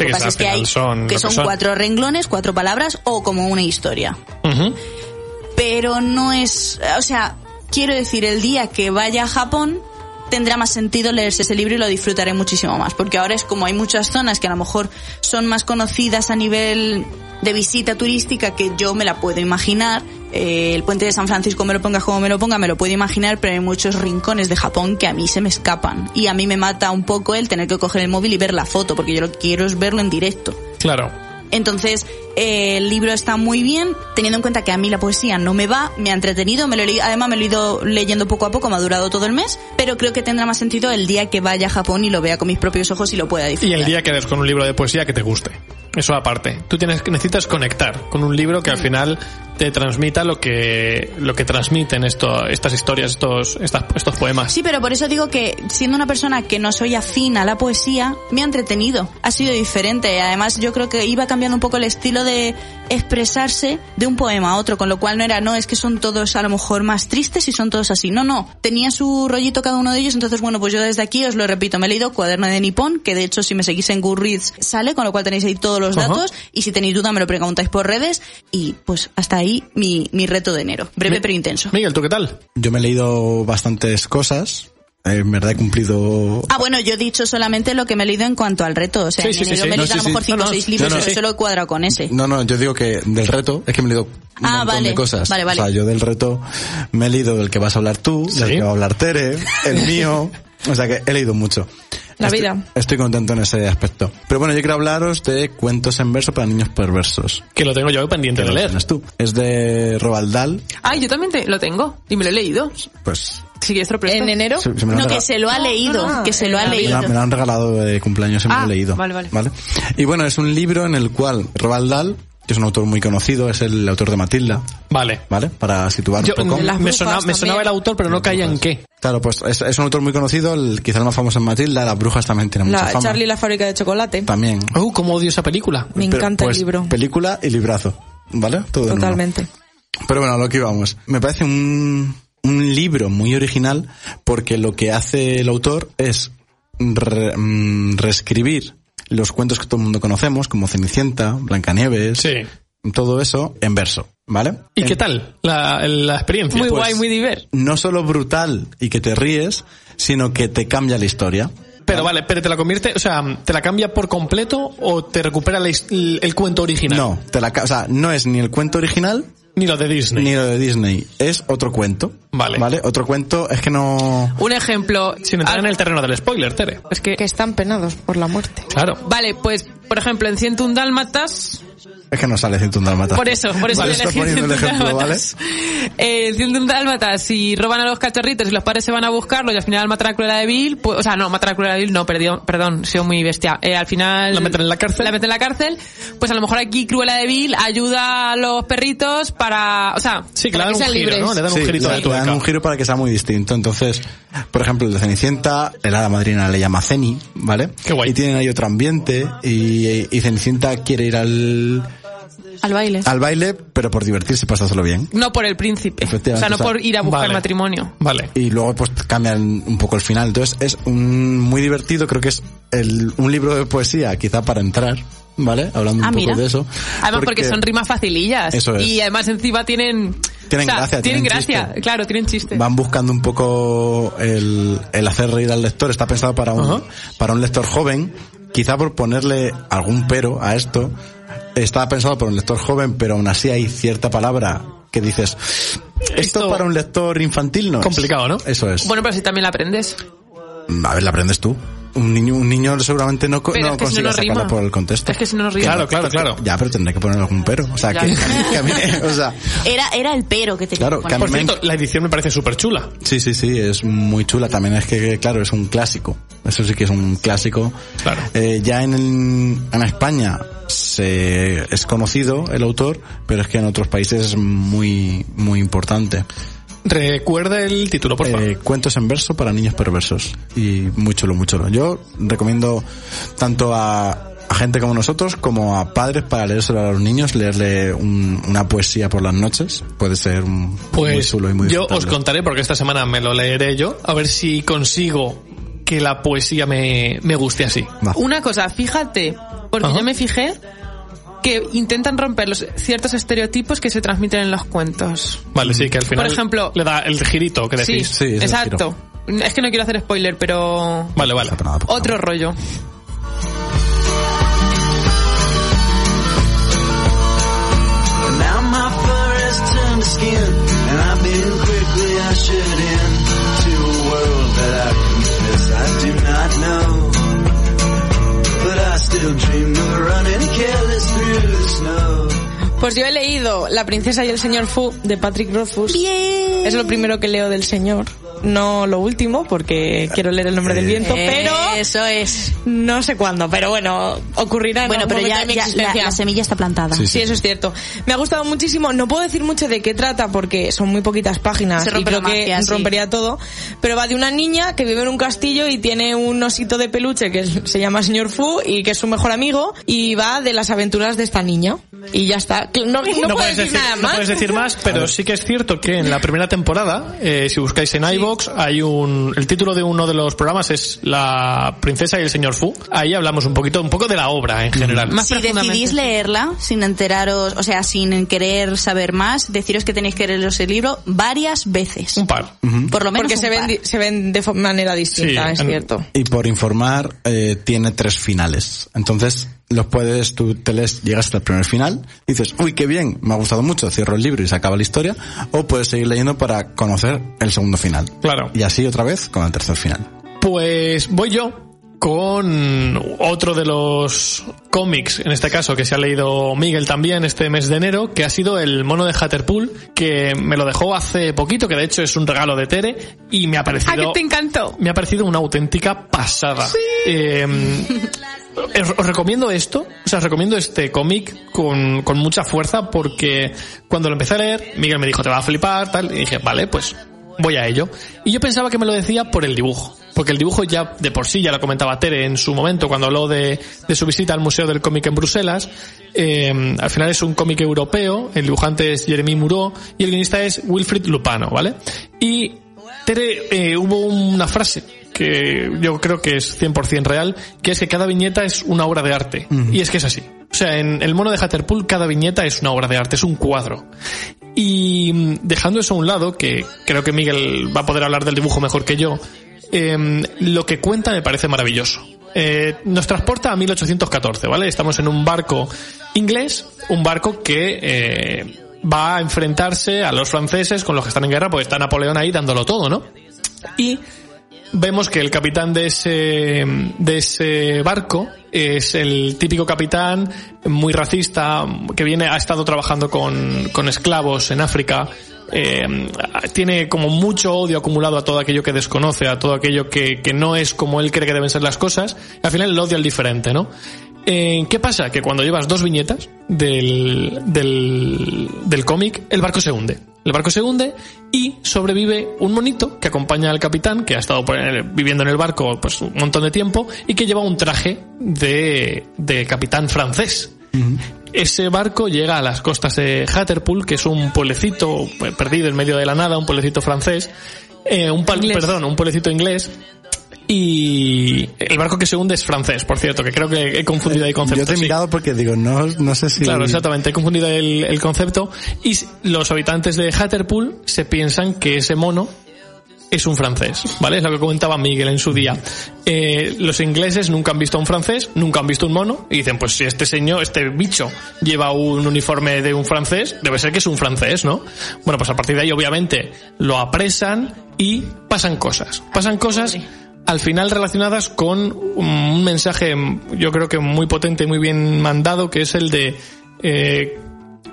Speaker 1: lo que
Speaker 3: que
Speaker 1: pasa
Speaker 3: al
Speaker 1: es que
Speaker 3: final
Speaker 1: hay
Speaker 3: son
Speaker 1: que
Speaker 3: lo que
Speaker 1: son
Speaker 3: son.
Speaker 1: cuatro renglones, cuatro palabras o como una historia.
Speaker 3: Ujú.
Speaker 1: Pero no es, o sea, quiero decir, el día que vaya a Japón tendrá más sentido leerse ese libro y lo disfrutaré muchísimo más, porque ahora es como hay muchas zonas que a lo mejor son más conocidas a nivel de visita turística que yo me la puedo imaginar. Eh, el puente de San Francisco me lo pongas como me lo ponga, me lo puedo imaginar, pero hay muchos rincones de Japón que a mí se me escapan. Y a mí me mata un poco el tener que coger el móvil y ver la foto, porque yo lo que quiero es verlo en directo.
Speaker 3: Claro.
Speaker 1: Entonces, eh, el libro está muy bien, teniendo en cuenta que a mí la poesía no me va, me ha entretenido, me lo he leído- además me lo he ido leyendo poco a poco, me ha durado todo el mes, pero creo que tendrá más sentido el día que vaya a Japón y lo vea con mis propios ojos y lo pueda
Speaker 3: Y
Speaker 1: disfrutar.
Speaker 3: el día que des con un libro de poesía que te guste. Eso aparte. Tú tienes, necesitas conectar con un libro
Speaker 1: Mm.
Speaker 3: que al final te transmita lo que, lo que transmiten esto, estas historias, estos, estas, estos poemas.
Speaker 1: Sí, pero por eso digo que siendo una persona que no soy afín a la poesía, me ha entretenido. Ha sido diferente. Además, yo creo que iba cambiando un poco el estilo de expresarse de un poema a otro, con lo cual no era, no, es que son todos a lo mejor más tristes y son todos así. No, no. Tenía su rollito cada uno de ellos, entonces bueno, pues yo desde aquí os lo repito, me he leído Cuaderno de Nippon, que de hecho si me seguís en Goodreads sale, con lo cual tenéis ahí todos los
Speaker 3: Ajá.
Speaker 1: datos y si tenéis duda me lo preguntáis por redes y pues hasta ahí mi, mi reto de enero. Breve pero intenso.
Speaker 3: Miguel, ¿tú qué tal?
Speaker 6: Yo me he leído bastantes cosas. Eh, En verdad he cumplido
Speaker 1: Ah, bueno, yo he dicho solamente lo que me he leído en cuanto al reto. O sea,
Speaker 3: Sí,
Speaker 1: en
Speaker 3: sí, sí,
Speaker 1: enero
Speaker 3: sí.
Speaker 1: me he
Speaker 3: No,
Speaker 1: leído a
Speaker 6: sí,
Speaker 1: lo
Speaker 6: sí.
Speaker 1: mejor cinco
Speaker 3: No,
Speaker 1: o
Speaker 3: no,
Speaker 1: seis
Speaker 3: sí.
Speaker 1: libros,
Speaker 6: No, no,
Speaker 1: pero
Speaker 6: sí.
Speaker 1: solo he cuadrado con ese.
Speaker 6: No, no, yo digo que del reto es que me he leído un
Speaker 1: Ah,
Speaker 6: montón
Speaker 1: vale.
Speaker 6: de cosas.
Speaker 1: Vale, vale.
Speaker 6: O sea, yo del reto me he leído del que vas a hablar tú, del
Speaker 3: Sí.
Speaker 6: que va a hablar Tere,
Speaker 3: (laughs)
Speaker 6: el mío. O sea que he leído mucho.
Speaker 4: La
Speaker 6: Estoy-
Speaker 4: vida.
Speaker 6: Estoy contento en ese aspecto. Pero bueno, yo quiero hablaros de cuentos en verso para niños perversos.
Speaker 3: Que lo tengo yo pendiente
Speaker 6: Que
Speaker 3: de
Speaker 6: lo
Speaker 3: leer.
Speaker 6: tienes tú. Es de Roald Dahl,
Speaker 5: Ay, yo también te- lo tengo y me lo he leído.
Speaker 6: pues
Speaker 5: Si quieres te lo presto.
Speaker 4: en enero.
Speaker 6: se- se me lo
Speaker 1: No,
Speaker 6: han
Speaker 1: que
Speaker 6: regalado.
Speaker 1: se lo ha leído,
Speaker 4: no, no,
Speaker 1: que se lo ha
Speaker 6: Me lo
Speaker 1: leído.
Speaker 6: han- me lo han regalado de cumpleaños y me lo
Speaker 5: Ah,
Speaker 6: he leído.
Speaker 5: vale, vale.
Speaker 6: Y bueno, es un libro en el cual Roald Dahl que es un autor muy conocido, es el autor de Matilda,
Speaker 3: Vale.
Speaker 6: ¿vale? Para situar
Speaker 3: Yo-
Speaker 6: un poco.
Speaker 5: las
Speaker 3: me,
Speaker 5: brujas
Speaker 3: sonaba- me
Speaker 5: también.
Speaker 3: sonaba el autor, pero no caía en qué.
Speaker 6: Claro, pues es, es un autor muy conocido, el, quizá el más famoso en Matilda, Las Brujas también tiene mucha
Speaker 4: La,
Speaker 6: fama.
Speaker 4: Charlie y la fábrica de chocolate.
Speaker 6: También.
Speaker 3: Uh, cómo odio esa película.
Speaker 4: Me
Speaker 6: Pero,
Speaker 4: encanta
Speaker 6: pues,
Speaker 4: el libro.
Speaker 6: Película y librazo, ¿vale? Todo en uno.
Speaker 4: Totalmente.
Speaker 6: Pero bueno, a lo que íbamos. Me parece un, un libro muy original porque lo que hace el autor es re- mm, reescribir los cuentos que todo el mundo conocemos, como Cenicienta, Blancanieves,
Speaker 3: Sí.
Speaker 6: todo eso en verso, ¿vale?
Speaker 3: ¿Y
Speaker 6: En-
Speaker 3: qué tal la, la experiencia?
Speaker 5: Muy
Speaker 3: Pues,
Speaker 5: guay, muy diver.
Speaker 6: No solo brutal y que te ríes, sino que te cambia la historia.
Speaker 3: Pero vale, pero te la convierte, o sea, ¿te la cambia por completo o te recupera la his- el, el cuento original?
Speaker 6: No, te la, ca- o sea, no es ni el cuento original
Speaker 3: Ni lo de Disney.
Speaker 6: ni lo de Disney, es otro cuento.
Speaker 3: Vale.
Speaker 6: ¿Vale? Otro cuento, es que no...
Speaker 5: Un ejemplo.
Speaker 3: Sin entrar
Speaker 6: Ah.
Speaker 3: en
Speaker 5: al-
Speaker 3: el terreno del spoiler, Tere.
Speaker 5: Es que,
Speaker 4: Que están penados por la muerte.
Speaker 3: Claro.
Speaker 5: vale, pues, por ejemplo, en 101 Dálmatas,
Speaker 6: Es que no sale Cinturón Dálmata.
Speaker 5: Por eso, por eso
Speaker 6: Vale,
Speaker 5: te
Speaker 6: está
Speaker 5: elegí
Speaker 6: poniendo el
Speaker 5: 101
Speaker 6: ejemplo, ¿vale?
Speaker 5: dálmatas. Eh, 101 dálmatas, si roban a los cachorritos y los padres se van a buscarlo y al final matan a Cruella de Vil, pues, o sea, no, matan a Cruella de Vil, no, perdón, perdón, he sido muy bestia. Eh, al final...
Speaker 3: La meten en la cárcel.
Speaker 5: La meten en la cárcel, pues a lo mejor aquí Cruella de Vil ayuda a los perritos para, o sea,
Speaker 3: Sí, que le
Speaker 5: para
Speaker 3: dan
Speaker 5: que
Speaker 3: un
Speaker 5: sean
Speaker 3: giro,
Speaker 5: libres.
Speaker 3: ¿no? Le dan un
Speaker 6: Sí,
Speaker 3: girito
Speaker 6: le-
Speaker 3: de
Speaker 6: le dan
Speaker 3: tuerca.
Speaker 6: un giro para que sea muy distinto. Entonces, por ejemplo, el de Cenicienta, el hada madrina le llama Ceni, ¿vale?
Speaker 3: Qué guay.
Speaker 6: Y tienen ahí otro ambiente y, y Cenicienta quiere ir al,
Speaker 1: Al baile.
Speaker 6: al baile, pero por divertirse y pasárselo bien.
Speaker 5: No por el príncipe, o sea,
Speaker 6: Efectivamente,
Speaker 5: no
Speaker 6: o sea,
Speaker 5: por ir a buscar
Speaker 3: vale.
Speaker 5: matrimonio.
Speaker 3: Vale.
Speaker 6: Y luego pues cambian un poco el final. Entonces es un, muy divertido, creo que es el- un libro de poesía quizá para entrar, ¿vale? Hablando un
Speaker 1: Ah,
Speaker 6: poco
Speaker 1: mira.
Speaker 6: de eso.
Speaker 5: Además porque, son rimas facilillas.
Speaker 6: Eso es.
Speaker 5: Y además encima tienen...
Speaker 6: Tienen
Speaker 5: o sea,
Speaker 6: gracia,
Speaker 5: Tienen,
Speaker 6: tienen
Speaker 5: gracia,
Speaker 6: chiste.
Speaker 5: claro, tienen chiste.
Speaker 6: van buscando un poco el, el hacer reír al lector. Está pensado para un,
Speaker 3: Ajá.
Speaker 6: para un lector joven. Quizá por ponerle algún pero a esto. Está pensado para un lector joven, pero aún así hay cierta palabra que dices, esto,
Speaker 3: Esto-
Speaker 6: para un lector infantil no es".
Speaker 3: Complicado, ¿no?
Speaker 6: Eso es.
Speaker 5: Bueno, pero si también la aprendes.
Speaker 6: A ver, la aprendes tú. Un niño, un niño seguramente no, co-
Speaker 5: Pero
Speaker 6: no
Speaker 5: es que si
Speaker 6: consiga
Speaker 5: no
Speaker 6: sacarla
Speaker 5: rima.
Speaker 6: por el contexto.
Speaker 5: Es que si no nos ríe.
Speaker 3: Claro, claro, claro.
Speaker 6: Ya, pero tendré que poner algún pero. O sea,
Speaker 5: Ya.
Speaker 6: que, que a mí, (laughs) o sea,
Speaker 1: Era, era el pero que tenía.
Speaker 6: Claro,
Speaker 1: que
Speaker 6: que a mí
Speaker 1: poner.
Speaker 3: Por cierto, la edición me parece súper chula.
Speaker 6: Sí, sí, sí, es muy chula. También es que, claro, es un clásico. Eso sí que es un clásico.
Speaker 3: Claro.
Speaker 6: Eh, ya en, el- en España se, es conocido el autor, pero es que en otros países es muy, muy importante.
Speaker 3: Recuerda el título, por favor.
Speaker 6: Eh, cuentos en verso para niños perversos. Y muy chulo, muy chulo. Yo recomiendo tanto a, a gente como nosotros, como a padres para leérselo a los niños, leerle un- una poesía por las noches. Puede ser un, muy
Speaker 3: Pues
Speaker 6: chulo y muy
Speaker 3: yo os
Speaker 6: disfrutable.
Speaker 3: contaré, porque esta semana me lo leeré yo, a ver si consigo que la poesía me, me guste así.
Speaker 6: Va.
Speaker 5: Una cosa, fíjate, porque
Speaker 3: Ajá.
Speaker 5: yo me fijé que intentan romper los ciertos estereotipos que se transmiten en los cuentos.
Speaker 3: Vale, sí, que al final
Speaker 5: ejemplo-
Speaker 3: le da el girito que
Speaker 5: Sí,
Speaker 3: decís.
Speaker 6: sí, es el
Speaker 5: exacto. Es que no quiero hacer spoiler, pero
Speaker 3: Vale, vale.
Speaker 6: Nada, pues. porque
Speaker 5: otro rollo.
Speaker 9: Now my fur has turned to skin, and I knew quickly I should end to a world that I confess I do not know. But I still dream of running careless through the snow.
Speaker 4: Pues yo he leído La princesa y el señor Fu de Patrick Rothfuss. Es lo primero que leo del señor. No lo último, porque quiero leer el nombre del viento,
Speaker 1: eh.
Speaker 4: pero
Speaker 1: Eso es.
Speaker 4: no sé cuándo. Pero bueno, ocurrirá en
Speaker 1: Bueno,
Speaker 4: algún
Speaker 1: pero
Speaker 4: momento
Speaker 1: ya,
Speaker 4: de mi
Speaker 1: ya la,
Speaker 4: existencia.
Speaker 1: la semilla está plantada.
Speaker 6: Sí, sí.
Speaker 4: Sí, eso es cierto. Me ha gustado muchísimo. No puedo decir mucho de qué trata porque son muy poquitas páginas
Speaker 1: Se
Speaker 4: y
Speaker 1: rompe
Speaker 4: creo
Speaker 1: la magia,
Speaker 4: que
Speaker 1: sí.
Speaker 4: rompería todo. Pero va de una niña que vive en un castillo y tiene un osito de peluche que (laughs) es- se llama señor Fu y que es su mejor amigo y va de las aventuras de esta niña. Y ya está. No, no puedo decir, nada
Speaker 3: no
Speaker 4: más.
Speaker 3: puedes decir más, pero sí que es cierto que en la primera temporada, eh, si buscáis en iBox, hay un el título de uno de los programas es La princesa y el señor Fu. Ahí hablamos un poquito, un poco de la obra en general.
Speaker 5: Más
Speaker 1: si
Speaker 5: profundamente.
Speaker 1: decidís leerla sin enteraros, o sea, sin querer saber más, deciros que tenéis que leeros el libro varias veces.
Speaker 3: Un par.
Speaker 1: Por lo menos
Speaker 4: (laughs) Porque
Speaker 1: un
Speaker 4: se ven,
Speaker 1: par.
Speaker 4: di- se ven de fo- manera distinta,
Speaker 3: Sí,
Speaker 4: es
Speaker 3: en-
Speaker 4: cierto.
Speaker 6: Y por informar, eh, tiene tres finales. Entonces, los puedes, tú te lees, llegas hasta el primer final, dices, uy, qué bien, me ha gustado mucho, cierro el libro y se acaba la historia, o puedes seguir leyendo para conocer el segundo final.
Speaker 3: Claro.
Speaker 6: Y así otra vez con el tercer final.
Speaker 3: Pues voy yo. con otro de los cómics, en este caso, que se ha leído Miguel también este mes de enero, que ha sido El mono de Hatterpool, que me lo dejó hace poquito, que de hecho es un regalo de Tere, y me ha parecido...
Speaker 5: ¡Ah, que te encantó!
Speaker 3: Me ha parecido una auténtica pasada. Eh, os, os recomiendo esto, o sea, os recomiendo este cómic con, con mucha fuerza porque cuando lo empecé a leer, Miguel me dijo, te va a flipar, tal, y dije, vale, pues voy a ello. Y yo pensaba que me lo decía por el dibujo, porque el dibujo ya de por sí, ya lo comentaba Tere en su momento cuando habló de, de su visita al Museo del Cómic en Bruselas, eh, al final es un cómic europeo, el dibujante es Jeremy Muró y el guionista es Wilfried Lupano, ¿vale? Y Tere, eh, hubo una frase que yo creo que es 100% real, que es que cada viñeta es una obra de arte. Y es que es así. O sea, en El mono de Hatterpool cada viñeta es una obra de arte, es un cuadro. Y mm, dejando eso a un lado, que creo que Miguel va a poder hablar del dibujo mejor que yo, eh, lo que cuenta me parece maravilloso. Eh, nos transporta a 1814, ¿vale? Estamos en un barco inglés, un barco que eh, va a enfrentarse a los franceses con los que están en guerra, porque está Napoleón ahí dándolo todo, ¿no? Y vemos que el capitán de ese, de ese barco es el típico capitán muy racista que viene, ha estado trabajando con, con esclavos en África. eh, tiene como mucho odio acumulado a todo aquello que desconoce, a todo aquello que, que no es como él cree que deben ser las cosas. Al final el odio al diferente, ¿no? Eh, ¿Qué pasa? Que cuando llevas dos viñetas del, del, del cómic, el barco se hunde. El barco se hunde y sobrevive un monito que acompaña al capitán, que ha estado por el- viviendo en el barco pues, un montón de tiempo y que lleva un traje de, de capitán francés. Ese barco llega a las costas de Hatterpool, que es un pueblecito eh, perdido en medio de la nada, un pueblecito francés, eh, un pal- perdón, un pueblecito inglés. Y el barco que se hunde es francés, por cierto, que creo que he confundido ahí
Speaker 6: Yo
Speaker 3: conceptos.
Speaker 6: te he
Speaker 3: sí.
Speaker 6: mirado porque digo, no, no sé si...
Speaker 3: Claro, exactamente. He confundido el, el concepto. Y s- los habitantes de Hatterpool se piensan que ese mono es un francés, ¿vale? Es lo que comentaba Miguel en su día. Eh, los ingleses nunca han visto a un francés, nunca han visto un mono, y dicen, pues si este señor, este bicho, lleva un uniforme de un francés, debe ser que es un francés, ¿no? Bueno, pues a partir de ahí, obviamente, lo apresan y pasan cosas. Pasan cosas al final relacionadas con un mensaje, yo creo que muy potente, muy bien mandado, que es el de... eh,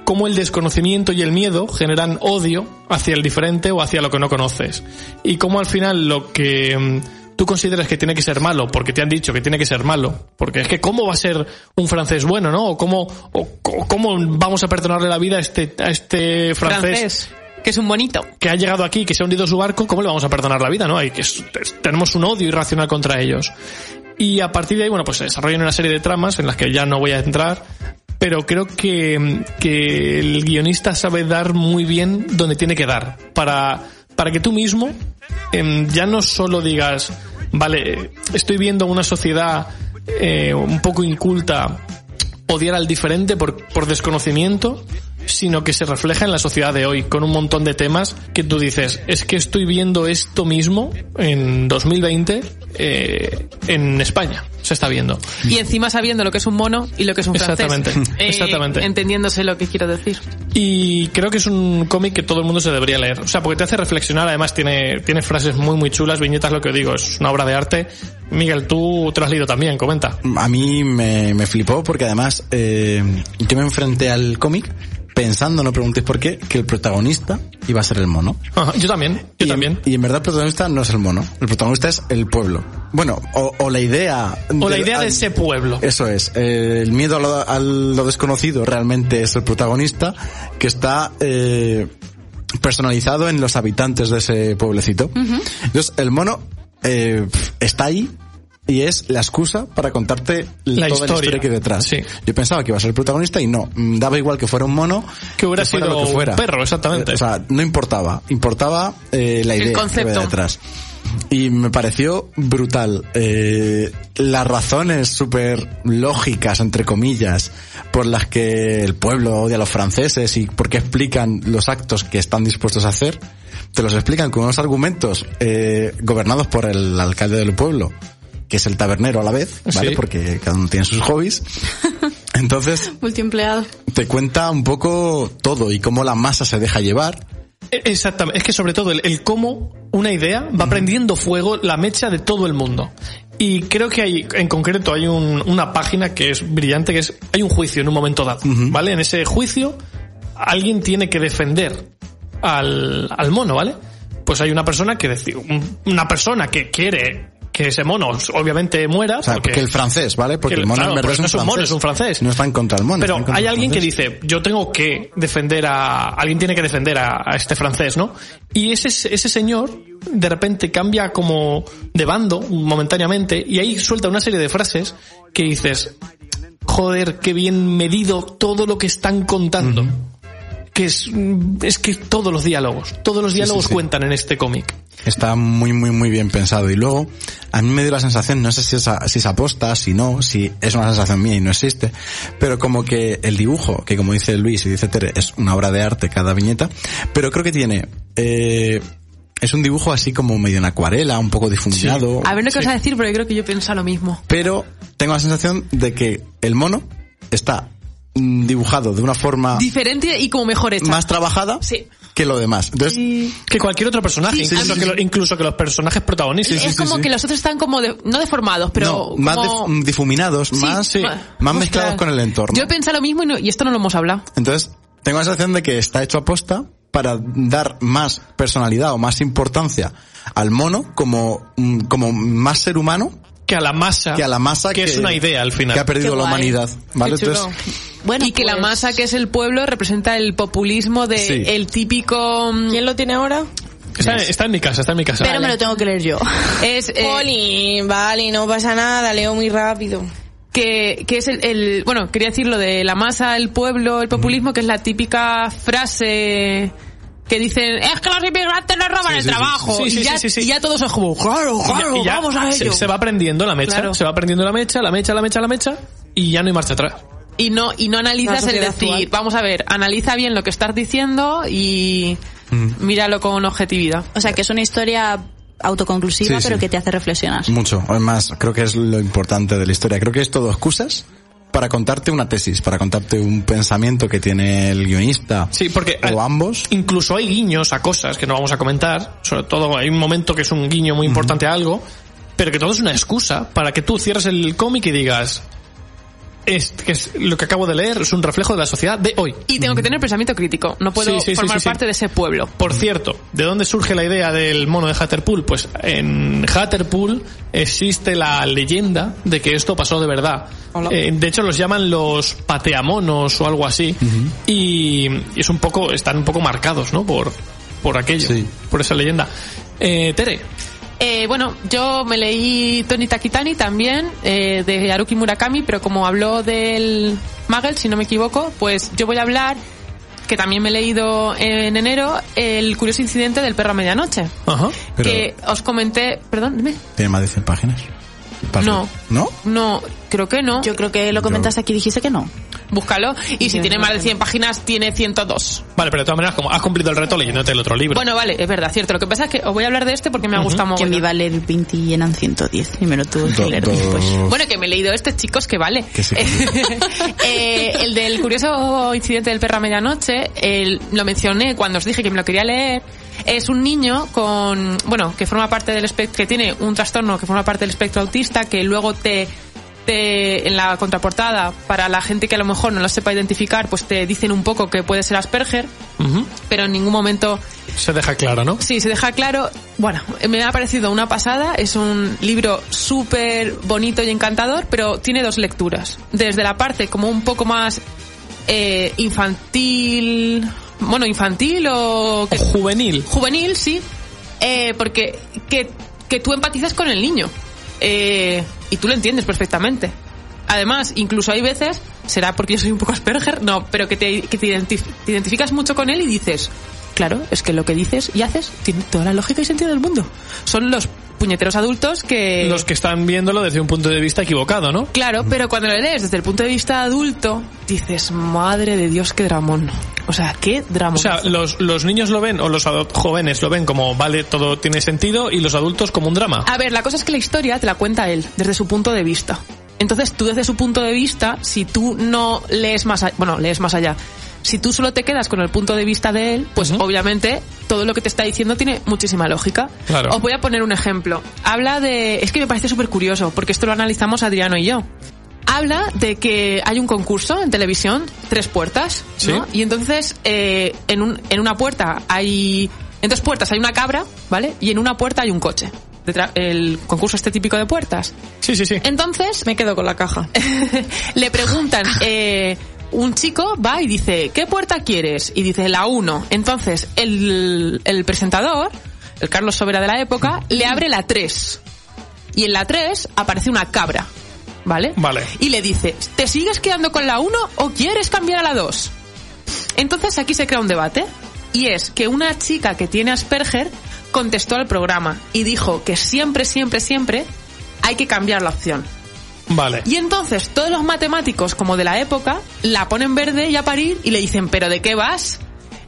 Speaker 3: cómo el desconocimiento y el miedo generan odio hacia el diferente o hacia lo que no conoces. Y cómo al final lo que mm, tú consideras que tiene que ser malo, porque te han dicho que tiene que ser malo, porque es que cómo va a ser un francés bueno, ¿no? O cómo, o co- cómo vamos a perdonarle la vida a este, a este francés
Speaker 5: Francés. Que es un bonito.
Speaker 3: que ha llegado aquí, que se ha hundido su barco, ¿cómo le vamos a perdonar la vida, no? Hay que es- es- tenemos un odio irracional contra ellos. Y a partir de ahí, bueno, pues se desarrollan una serie de tramas en las que ya no voy a entrar, pero creo que, que el guionista sabe dar muy bien donde tiene que dar, para, para que tú mismo em, ya no solo digas, vale, estoy viendo una sociedad eh, un poco inculta, odiar al diferente por, por desconocimiento, sino que se refleja en la sociedad de hoy, con un montón de temas que tú dices, es que estoy viendo esto mismo en 2020 eh, en España, se está viendo.
Speaker 5: Y encima sabiendo lo que es un mono y lo que es un francés.
Speaker 3: Exactamente,
Speaker 5: Eh,
Speaker 3: exactamente.
Speaker 5: Entendiéndose lo que quiero decir.
Speaker 3: Y creo que es un cómic que todo el mundo se debería leer. O sea, porque te hace reflexionar, además tiene, tiene frases muy muy chulas, viñetas, lo que digo, es una obra de arte. Miguel, tú te lo has leído también, comenta. (laughs)
Speaker 6: a mí me, me flipó porque además eh, yo me enfrenté al cómic pensando, no preguntéis por qué, que el protagonista iba a ser el mono.
Speaker 3: Ajá, yo también, yo
Speaker 6: y,
Speaker 3: también.
Speaker 6: Y en verdad el protagonista no es el mono, el protagonista es el pueblo. Bueno, o, o la idea...
Speaker 3: O la idea de ese pueblo.
Speaker 6: Eso es, eh, el miedo a lo, a lo desconocido realmente es el protagonista que está eh, personalizado en los habitantes de ese pueblecito. Entonces, el mono eh, está ahí y es la excusa para contarte
Speaker 3: La
Speaker 6: toda la
Speaker 3: historia.
Speaker 6: historia que hay detrás.
Speaker 3: Sí.
Speaker 6: Yo pensaba que iba a ser el protagonista y no, Mm, daba igual que fuera un mono.
Speaker 3: Que hubiera
Speaker 6: fuera
Speaker 3: sido
Speaker 6: lo que
Speaker 3: un
Speaker 6: fuera.
Speaker 3: perro, exactamente.
Speaker 6: Eh, o sea, no importaba, importaba eh, la
Speaker 5: El
Speaker 6: idea que
Speaker 5: concepto.
Speaker 6: había detrás. Y me pareció brutal. Eh, las razones súper lógicas, entre comillas, por las que el pueblo odia a los franceses y por qué explican los actos que están dispuestos a hacer, te los explican con unos argumentos eh, gobernados por el alcalde del pueblo, que es el tabernero a la vez, ¿vale?
Speaker 3: Sí.
Speaker 6: Porque cada uno tiene sus hobbies. Entonces,
Speaker 1: Multiempleado.
Speaker 6: te cuenta un poco todo y cómo la masa se deja llevar.
Speaker 3: E- Exactamente. Es que sobre todo el, el cómo una idea va prendiendo fuego la mecha de todo el mundo. Y creo que hay, en concreto, hay un- una página que es brillante, que es, hay un juicio en un momento dado, ¿vale? En ese juicio, alguien tiene que defender al, al mono, ¿vale? Pues hay una persona que deci- un- una persona que quiere que ese mono obviamente muera.
Speaker 6: O sea,
Speaker 3: porque-
Speaker 6: que el francés, ¿vale? Porque
Speaker 3: que-
Speaker 6: el mono
Speaker 3: claro,
Speaker 6: en verdad
Speaker 3: pues no
Speaker 6: es un francés.
Speaker 3: mono, es un francés.
Speaker 6: No está en contra del mono. está en
Speaker 3: Pero
Speaker 6: contra
Speaker 3: hay
Speaker 6: del
Speaker 3: alguien que
Speaker 6: francés.
Speaker 3: dice, yo tengo que defender a... Alguien tiene que defender a, a este francés, ¿no? Y ese, ese señor de repente cambia como de bando momentáneamente y ahí suelta una serie de frases que dices, joder, qué bien medido todo lo que están contando. Que es, mm, es que todos los diálogos, todos los diálogos
Speaker 6: sí.
Speaker 3: cuentan en este cómic.
Speaker 6: Está muy, muy, muy bien pensado. Y luego, a mí me dio la sensación, no sé si es, a- si es aposta, si no, si es una sensación mía y no existe, pero como que el dibujo, que como dice Luis y dice Tere, es una obra de arte cada viñeta, pero creo que tiene... eh, es un dibujo así como medio en acuarela, un poco difuminado.
Speaker 5: A ver lo que vas a decir, pero yo creo que yo pienso lo mismo.
Speaker 6: pero tengo la sensación de que el mono está mm, dibujado de una forma
Speaker 5: Diferente y como mejor hecha.
Speaker 6: más trabajada
Speaker 5: Sí.
Speaker 6: que lo demás. Entonces,
Speaker 3: Que cualquier otro personaje,
Speaker 6: Sí, sí,
Speaker 3: incluso,
Speaker 6: sí,
Speaker 3: que
Speaker 6: sí.
Speaker 3: lo- incluso que los personajes protagonistas.
Speaker 5: es como que los otros están como, de- no deformados, pero
Speaker 6: no, más
Speaker 5: como-
Speaker 6: dif- difuminados,
Speaker 5: Sí,
Speaker 6: más,
Speaker 5: ma-
Speaker 6: más
Speaker 5: ostras.
Speaker 6: mezclados con el entorno.
Speaker 5: Yo he pensado lo mismo y, no- y esto no lo hemos hablado.
Speaker 6: Entonces, tengo la sensación de que está hecho aposta para dar más personalidad o más importancia al mono como, mm, como más ser humano
Speaker 3: que a la masa.
Speaker 6: que a la masa
Speaker 3: Que
Speaker 6: que,
Speaker 3: es una idea al final.
Speaker 6: que ha perdido
Speaker 5: Qué
Speaker 6: la
Speaker 5: guay.
Speaker 6: humanidad. ¿vale?
Speaker 5: Qué chulo.
Speaker 6: Entonces,
Speaker 1: Bueno,
Speaker 5: y que la
Speaker 1: pues-
Speaker 5: masa que es el pueblo representa el populismo de
Speaker 6: Sí.
Speaker 5: el típico mm,
Speaker 4: ¿Quién lo tiene ahora?
Speaker 3: Está, está en mi casa, está en mi casa.
Speaker 1: Pero me lo tengo que leer yo.
Speaker 5: es eh,
Speaker 4: Poli, vale, no pasa nada, leo muy rápido.
Speaker 5: que, que es el, el- bueno quería decir lo de la masa el pueblo el populismo que es la típica frase que dicen es que los inmigrantes nos roban el trabajo
Speaker 3: sí, sí,
Speaker 5: y, ya,
Speaker 3: sí, sí, sí.
Speaker 5: y ya todos es como claro
Speaker 3: Y ya-
Speaker 5: claro
Speaker 3: y ya
Speaker 5: vamos a
Speaker 3: se-
Speaker 5: ello
Speaker 3: Se, va prendiendo la mecha,
Speaker 5: Claro.
Speaker 3: se va prendiendo la mecha, la mecha, la mecha, la mecha, y ya no hay marcha atrás.
Speaker 5: y no y no analizas
Speaker 4: La
Speaker 5: el
Speaker 4: sociedad
Speaker 5: decir
Speaker 4: actual.
Speaker 5: vamos a ver analiza bien lo que estás diciendo y
Speaker 3: Mm.
Speaker 5: míralo con objetividad
Speaker 1: O sea, que es una historia autoconclusiva,
Speaker 6: Sí, sí.
Speaker 1: pero que te hace reflexionar.
Speaker 6: Mucho. Además, creo que es lo importante de la historia. Creo que es todo excusas para contarte una tesis, para contarte un pensamiento que tiene el guionista.
Speaker 3: Sí, porque
Speaker 6: O
Speaker 3: al-
Speaker 6: ambos.
Speaker 3: Incluso hay guiños a cosas que no vamos a comentar, sobre todo hay un momento que es un guiño muy importante a algo, pero que todo es una excusa para que tú cierres el cómic y digas es que es lo que acabo de leer es un reflejo de la sociedad de hoy.
Speaker 5: y tengo que tener pensamiento crítico no puedo
Speaker 3: Mm. Sí, sí, sí,
Speaker 5: formar
Speaker 3: sí, sí.
Speaker 5: parte de ese pueblo
Speaker 3: Por cierto, ¿de dónde surge la idea del mono de Hatterpool? Pues en Hatterpool existe la leyenda de que esto pasó de verdad.
Speaker 4: Hola.
Speaker 3: Eh, de hecho, los llaman los pateamonos o algo así. Y y es un poco, están un poco marcados, ¿no? Por, por aquello,
Speaker 6: Sí.
Speaker 3: por esa leyenda. Eh, Tere,
Speaker 5: Eh, bueno, yo me leí Tony Takitani también, eh, de Haruki Murakami, pero como habló del Magel, si no me equivoco, pues yo voy a hablar, que también me he leído en enero, el curioso incidente del perro a medianoche.
Speaker 3: Ajá.
Speaker 6: Pero-
Speaker 5: Que os comenté, perdón, dime.
Speaker 6: Tiene más de 100 páginas. Para-
Speaker 5: No.
Speaker 6: ¿No?
Speaker 5: No, creo que no.
Speaker 1: Yo creo que lo comentaste aquí, dijiste que no.
Speaker 5: Búscalo. Y si tiene más de 100 páginas, tiene 102.
Speaker 3: vale, pero de todas maneras, como has cumplido el reto leyéndote el otro libro.
Speaker 5: Bueno, vale, es verdad, cierto. Lo que pasa es que os voy a hablar de este porque me ha gustado
Speaker 1: Que
Speaker 5: mucho.
Speaker 1: me iba a leer 20 y eran 110 y me lo tuve que
Speaker 6: Do-
Speaker 1: leer
Speaker 6: do-
Speaker 1: después.
Speaker 5: pues. Bueno, que me he leído este, chicos, que vale.
Speaker 6: Que sí, que
Speaker 5: Eh, el del curioso incidente del perro a medianoche, el- lo mencioné cuando os dije que me lo quería leer. Es un niño con, bueno, que forma parte del espectro, que tiene un trastorno que forma parte del espectro autista, que luego te, te, en la contraportada, para la gente que a lo mejor no lo sepa identificar, pues te dicen un poco que puede ser Asperger,
Speaker 3: Ujú.
Speaker 5: pero en ningún momento
Speaker 3: Se deja clara, ¿no?
Speaker 5: Sí, se deja claro. Bueno, me ha parecido una pasada. Es un libro súper bonito y encantador, pero tiene dos lecturas. Desde la parte como un poco más eh, infantil, bueno, infantil o... que-
Speaker 3: Juvenil.
Speaker 5: juvenil, sí, eh, porque que, que tú empatizas con el niño eh, y tú lo entiendes perfectamente. Además, incluso hay veces, será porque yo soy un poco Asperger, no, pero que te, que te identif- te identificas mucho con él y dices, claro, es que lo que dices y haces tiene toda la lógica y sentido del mundo. Son los puñeteros adultos que...
Speaker 3: Los que están viéndolo desde un punto de vista equivocado, ¿no?
Speaker 5: Claro, pero cuando lo lees desde el punto de vista adulto, dices, madre de Dios, qué dramón. O sea, qué dramón.
Speaker 3: O sea, los, los niños lo ven, o los ado- jóvenes lo ven como, vale, todo tiene sentido, y los adultos como un drama.
Speaker 5: A ver, la cosa es que la historia te la cuenta él, desde su punto de vista. Entonces tú desde su punto de vista, si tú no lees más allá, bueno, lees más allá, Si tú solo te quedas con el punto de vista de él, pues obviamente todo lo que te está diciendo tiene muchísima lógica.
Speaker 3: Claro.
Speaker 5: Os voy a poner un ejemplo. Habla de... Es que me parece súper curioso, porque esto lo analizamos Adriano y yo. Habla de que hay un concurso en televisión, tres puertas, ¿no?
Speaker 3: Sí.
Speaker 5: Y entonces eh, en, un- en una puerta hay... En dos puertas hay una cabra, ¿vale? Y en una puerta hay un coche. Detrás- El concurso este típico de puertas.
Speaker 3: Sí, sí, sí.
Speaker 5: Entonces,
Speaker 4: Me quedo con la caja.
Speaker 5: (laughs)
Speaker 4: (laughs)
Speaker 5: le preguntan, eh, un chico va y dice, ¿qué puerta quieres? Y dice, la 1. Entonces, el, el presentador, el Carlos Sobera de la época, le abre la 3. Y en la 3 aparece una cabra. ¿Vale?
Speaker 3: Vale.
Speaker 5: Y le dice, ¿te sigues quedando con la 1 o quieres cambiar a la 2? Entonces aquí se crea un debate y es que una chica que tiene Asperger contestó al programa y dijo que siempre, siempre, siempre hay que cambiar la opción.
Speaker 3: Vale.
Speaker 5: Y entonces todos los matemáticos como de la época la ponen verde y a parir y le dicen, ¿pero de qué vas?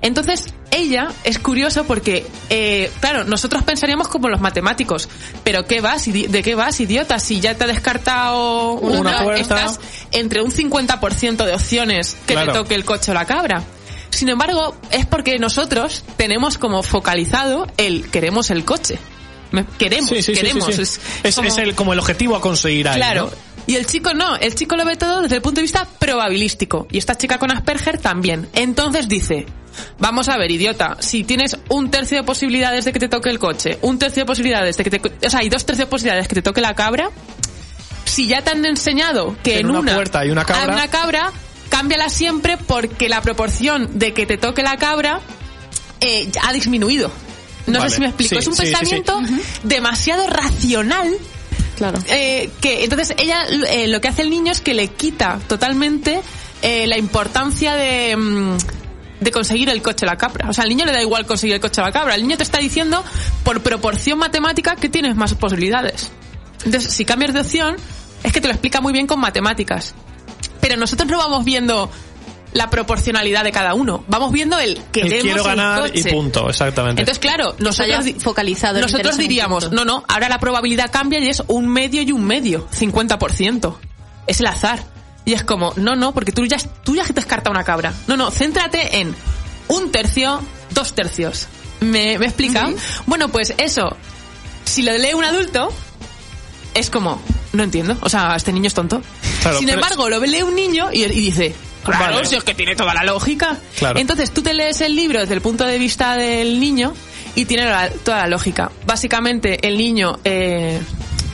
Speaker 5: Entonces ella es curioso porque, eh, claro, nosotros pensaríamos como los matemáticos, pero ¿qué vas? idi- ¿De qué vas, idiota? Si ya te ha descartado
Speaker 3: Una puerta.
Speaker 5: estás entre un 50% de opciones que
Speaker 3: Claro.
Speaker 5: te toque el coche o la cabra. Sin embargo, es porque nosotros tenemos como focalizado el queremos el coche. Me- Queremos,
Speaker 3: Sí, sí, sí, sí,
Speaker 5: queremos.
Speaker 3: sí.
Speaker 5: Es,
Speaker 3: Es-
Speaker 5: como-
Speaker 3: es el, como el objetivo a conseguir ahí,
Speaker 5: Claro.
Speaker 3: ¿no?
Speaker 5: Y el chico no, el chico lo ve todo desde el punto de vista probabilístico. Y esta chica con Asperger también. Entonces dice, vamos a ver, idiota, si tienes un tercio de posibilidades de que te toque el coche, un tercio de posibilidades de que te... O sea, hay dos tercios de posibilidades que te toque la cabra, si ya te han enseñado que
Speaker 3: En
Speaker 5: en,
Speaker 3: una puerta hay una cabra.
Speaker 5: hay una cabra, cámbiala siempre porque la proporción de que te toque la cabra eh, ha disminuido. No
Speaker 3: Vale,
Speaker 5: sé si me explico.
Speaker 3: sí,
Speaker 5: es un
Speaker 3: sí, sí, sí.
Speaker 5: pensamiento demasiado racional
Speaker 4: Claro.
Speaker 5: eh, que entonces ella eh, lo que hace el niño es que le quita totalmente eh, la importancia de mm, de conseguir el coche a la cabra. O sea, al niño le da igual conseguir el coche a la cabra. El niño te está diciendo por proporción matemática que tienes más posibilidades. Entonces, si cambias de opción, es que te lo explica muy bien con matemáticas. Pero nosotros no vamos viendo la proporcionalidad de cada uno. Vamos viendo el
Speaker 3: El
Speaker 5: queremos
Speaker 3: Eh, quiero ganar
Speaker 5: el
Speaker 3: y
Speaker 5: coche.
Speaker 3: punto, exactamente.
Speaker 5: Entonces, claro, nosotros,
Speaker 1: ya
Speaker 5: di-
Speaker 1: focalizado el
Speaker 5: nosotros
Speaker 1: interés en un
Speaker 5: diríamos,
Speaker 1: punto.
Speaker 5: no, no, ahora la probabilidad cambia y es un medio y un medio, 50%. Es el azar. Y es como, no, no, porque tú ya, tú ya has descartado una cabra. No, no, céntrate en un tercio, dos tercios. ¿Me, me he explicado? Bueno, pues eso, si lo lee un adulto, es como, no entiendo, o sea, este niño es tonto.
Speaker 3: Claro,
Speaker 5: Sin
Speaker 3: pero-
Speaker 5: embargo, lo lee un niño y, y dice, claro,
Speaker 3: Vale.
Speaker 5: si es que tiene toda la lógica.
Speaker 3: Claro.
Speaker 5: Entonces tú te lees el libro desde el punto de vista del niño y tiene la- toda la lógica. Básicamente el niño, eh,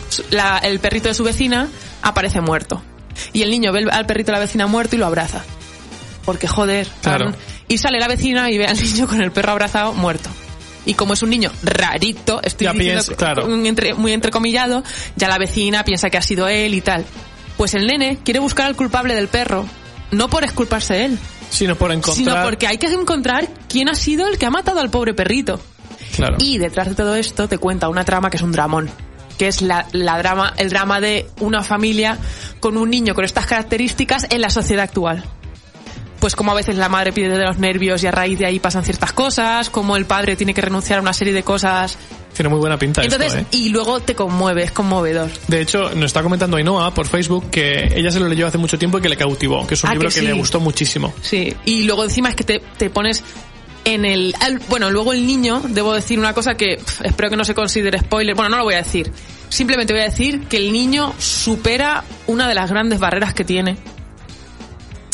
Speaker 5: su- la- el perrito de su vecina aparece muerto. Y el niño ve el- al perrito de la vecina muerto y lo abraza. Porque joder,
Speaker 3: Claro.
Speaker 5: tan- Y sale la vecina y ve al (laughs) niño con el perro abrazado muerto. Y como es un niño rarito, estoy
Speaker 3: Ya
Speaker 5: diciendo
Speaker 3: piensa- claro.
Speaker 5: un entre- muy entrecomillado, ya la vecina piensa que ha sido él y tal. Pues el nene quiere buscar al culpable del perro, no por exculparse él,
Speaker 3: sino por encontrar.
Speaker 5: sino porque hay que encontrar quién ha sido el que ha matado al pobre perrito.
Speaker 3: Claro.
Speaker 5: Y detrás de todo esto te cuenta una trama que es un dramón, que es la, la drama, el drama de una familia con un niño con estas características en la sociedad actual. Pues como a veces la madre pide de los nervios y a raíz de ahí pasan ciertas cosas, como el padre tiene que renunciar a una serie de cosas.
Speaker 3: Tiene muy buena pinta
Speaker 5: Entonces,
Speaker 3: esto, ¿eh?
Speaker 5: y luego te conmueve, es conmovedor.
Speaker 3: De hecho, nos está comentando Ainhoa por Facebook que ella se lo leyó hace mucho tiempo y que le cautivó, que es un
Speaker 5: Ah,
Speaker 3: libro que,
Speaker 5: que sí.
Speaker 3: le gustó muchísimo.
Speaker 5: Sí, y luego encima es que te, te pones en el... al- bueno, luego el niño, debo decir una cosa que pf, espero que no se considere spoiler, bueno, no lo voy a decir. Simplemente voy a decir que el niño supera una de las grandes barreras que tiene.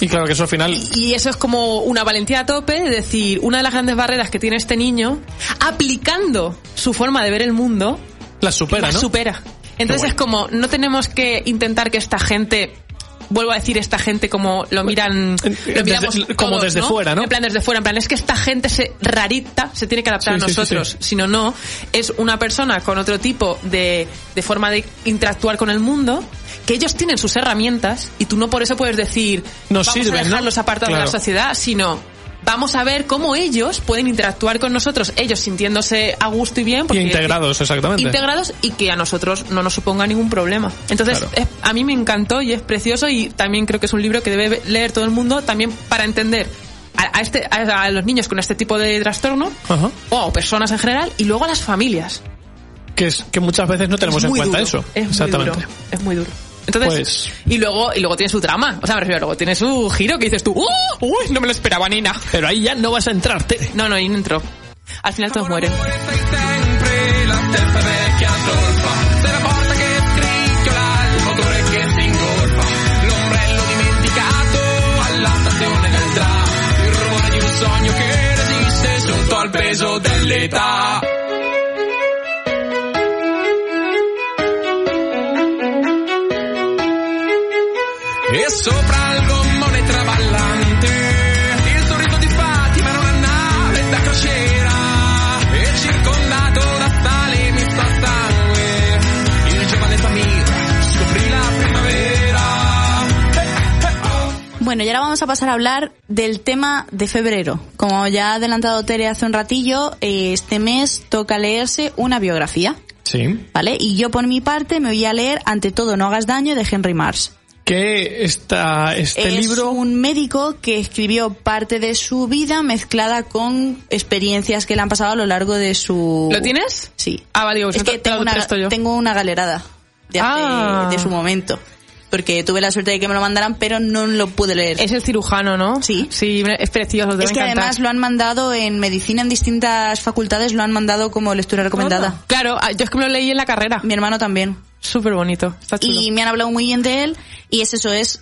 Speaker 3: Y claro que eso al final.
Speaker 5: Y eso es como una valentía a tope, es decir, una de las grandes barreras que tiene este niño, aplicando su forma de ver el mundo,
Speaker 3: La supera,
Speaker 5: la
Speaker 3: ¿no?
Speaker 5: supera. Entonces
Speaker 3: guay.
Speaker 5: es como, no tenemos que intentar que esta gente, vuelvo a decir esta gente como lo miran,
Speaker 3: En-
Speaker 5: lo
Speaker 3: en-
Speaker 5: miramos
Speaker 3: desde- como
Speaker 5: todos,
Speaker 3: desde fuera, ¿no?
Speaker 5: En plan desde fuera, en plan es que esta gente se, rarita se tiene que adaptar
Speaker 3: Sí,
Speaker 5: a
Speaker 3: sí, sí,
Speaker 5: nosotros,
Speaker 3: sí.
Speaker 5: si no, no, es una persona con otro tipo de, de forma de interactuar con el mundo, que ellos tienen sus herramientas y tú no por eso puedes decir,
Speaker 3: Nos
Speaker 5: vamos
Speaker 3: sirven,
Speaker 5: a
Speaker 3: ¿no?
Speaker 5: dejarlos apartados de
Speaker 3: Claro.
Speaker 5: la sociedad, sino... Vamos a ver cómo ellos pueden interactuar con nosotros, ellos sintiéndose a gusto y bien.
Speaker 3: Y
Speaker 5: Porque
Speaker 3: integrados, exactamente.
Speaker 5: integrados y que a nosotros no nos suponga ningún problema. Entonces,
Speaker 3: Claro.
Speaker 5: es- a mí me encantó y es precioso y también creo que es un libro que debe leer todo el mundo también para entender a, a este, a, a los niños con este tipo de trastorno
Speaker 3: Ajá.
Speaker 5: o personas en general y luego a las familias.
Speaker 3: Que, es, que muchas veces no tenemos
Speaker 5: es
Speaker 3: en
Speaker 5: muy
Speaker 3: cuenta
Speaker 5: duro,
Speaker 3: eso.
Speaker 5: Es muy
Speaker 3: exactamente. Pues-
Speaker 5: duro. Es muy duro. Entonces, y luego y luego tiene su trama, o sea, me refiero, luego tiene su giro que dices tú, ¡Uh! ¡Uy! No me lo esperaba, Nina.
Speaker 3: Pero ahí ya no vas a entrarte.
Speaker 5: No, no, y no entró. Al final todos mueren.
Speaker 9: E sopra il gommone traballante Il sorriso di Fatima era una nave da crociera E circondato da sale mi sta sangue Il giovane Samir scoprì la primavera
Speaker 1: Bueno, y ahora vamos a pasar a hablar del tema de febrero. Como ya ha adelantado Tere hace un ratillo, eh, este mes toca leerse una biografía,
Speaker 3: Sí.
Speaker 1: ¿vale? Y yo por mi parte me voy a leer Ante todo no hagas daño de Henry Mars.
Speaker 3: Que esta, este
Speaker 1: es
Speaker 3: libro...
Speaker 1: un médico que escribió parte de su vida mezclada con experiencias que le han pasado a lo largo de su...
Speaker 5: ¿Lo tienes?
Speaker 1: Sí.
Speaker 5: Ah, vale, digo,
Speaker 1: es
Speaker 5: si no
Speaker 1: que
Speaker 5: te- te
Speaker 1: tengo
Speaker 5: lo
Speaker 1: una,
Speaker 5: presto yo.
Speaker 1: tengo una galerada de, hace-
Speaker 5: Ah.
Speaker 1: de su momento. Porque tuve la suerte de que me lo mandaran, pero no lo pude leer.
Speaker 5: Es el cirujano, ¿no?
Speaker 1: Sí.
Speaker 5: Sí, es precioso, te
Speaker 1: Es
Speaker 5: va a
Speaker 1: que
Speaker 5: encantar.
Speaker 1: además lo han mandado en medicina, en distintas facultades, lo han mandado como lectura recomendada.
Speaker 5: Claro, ah, yo es que me lo leí en la carrera.
Speaker 1: Mi hermano también.
Speaker 5: Súper bonito, está chulo.
Speaker 1: Y me han hablado muy bien de él. Y es eso, es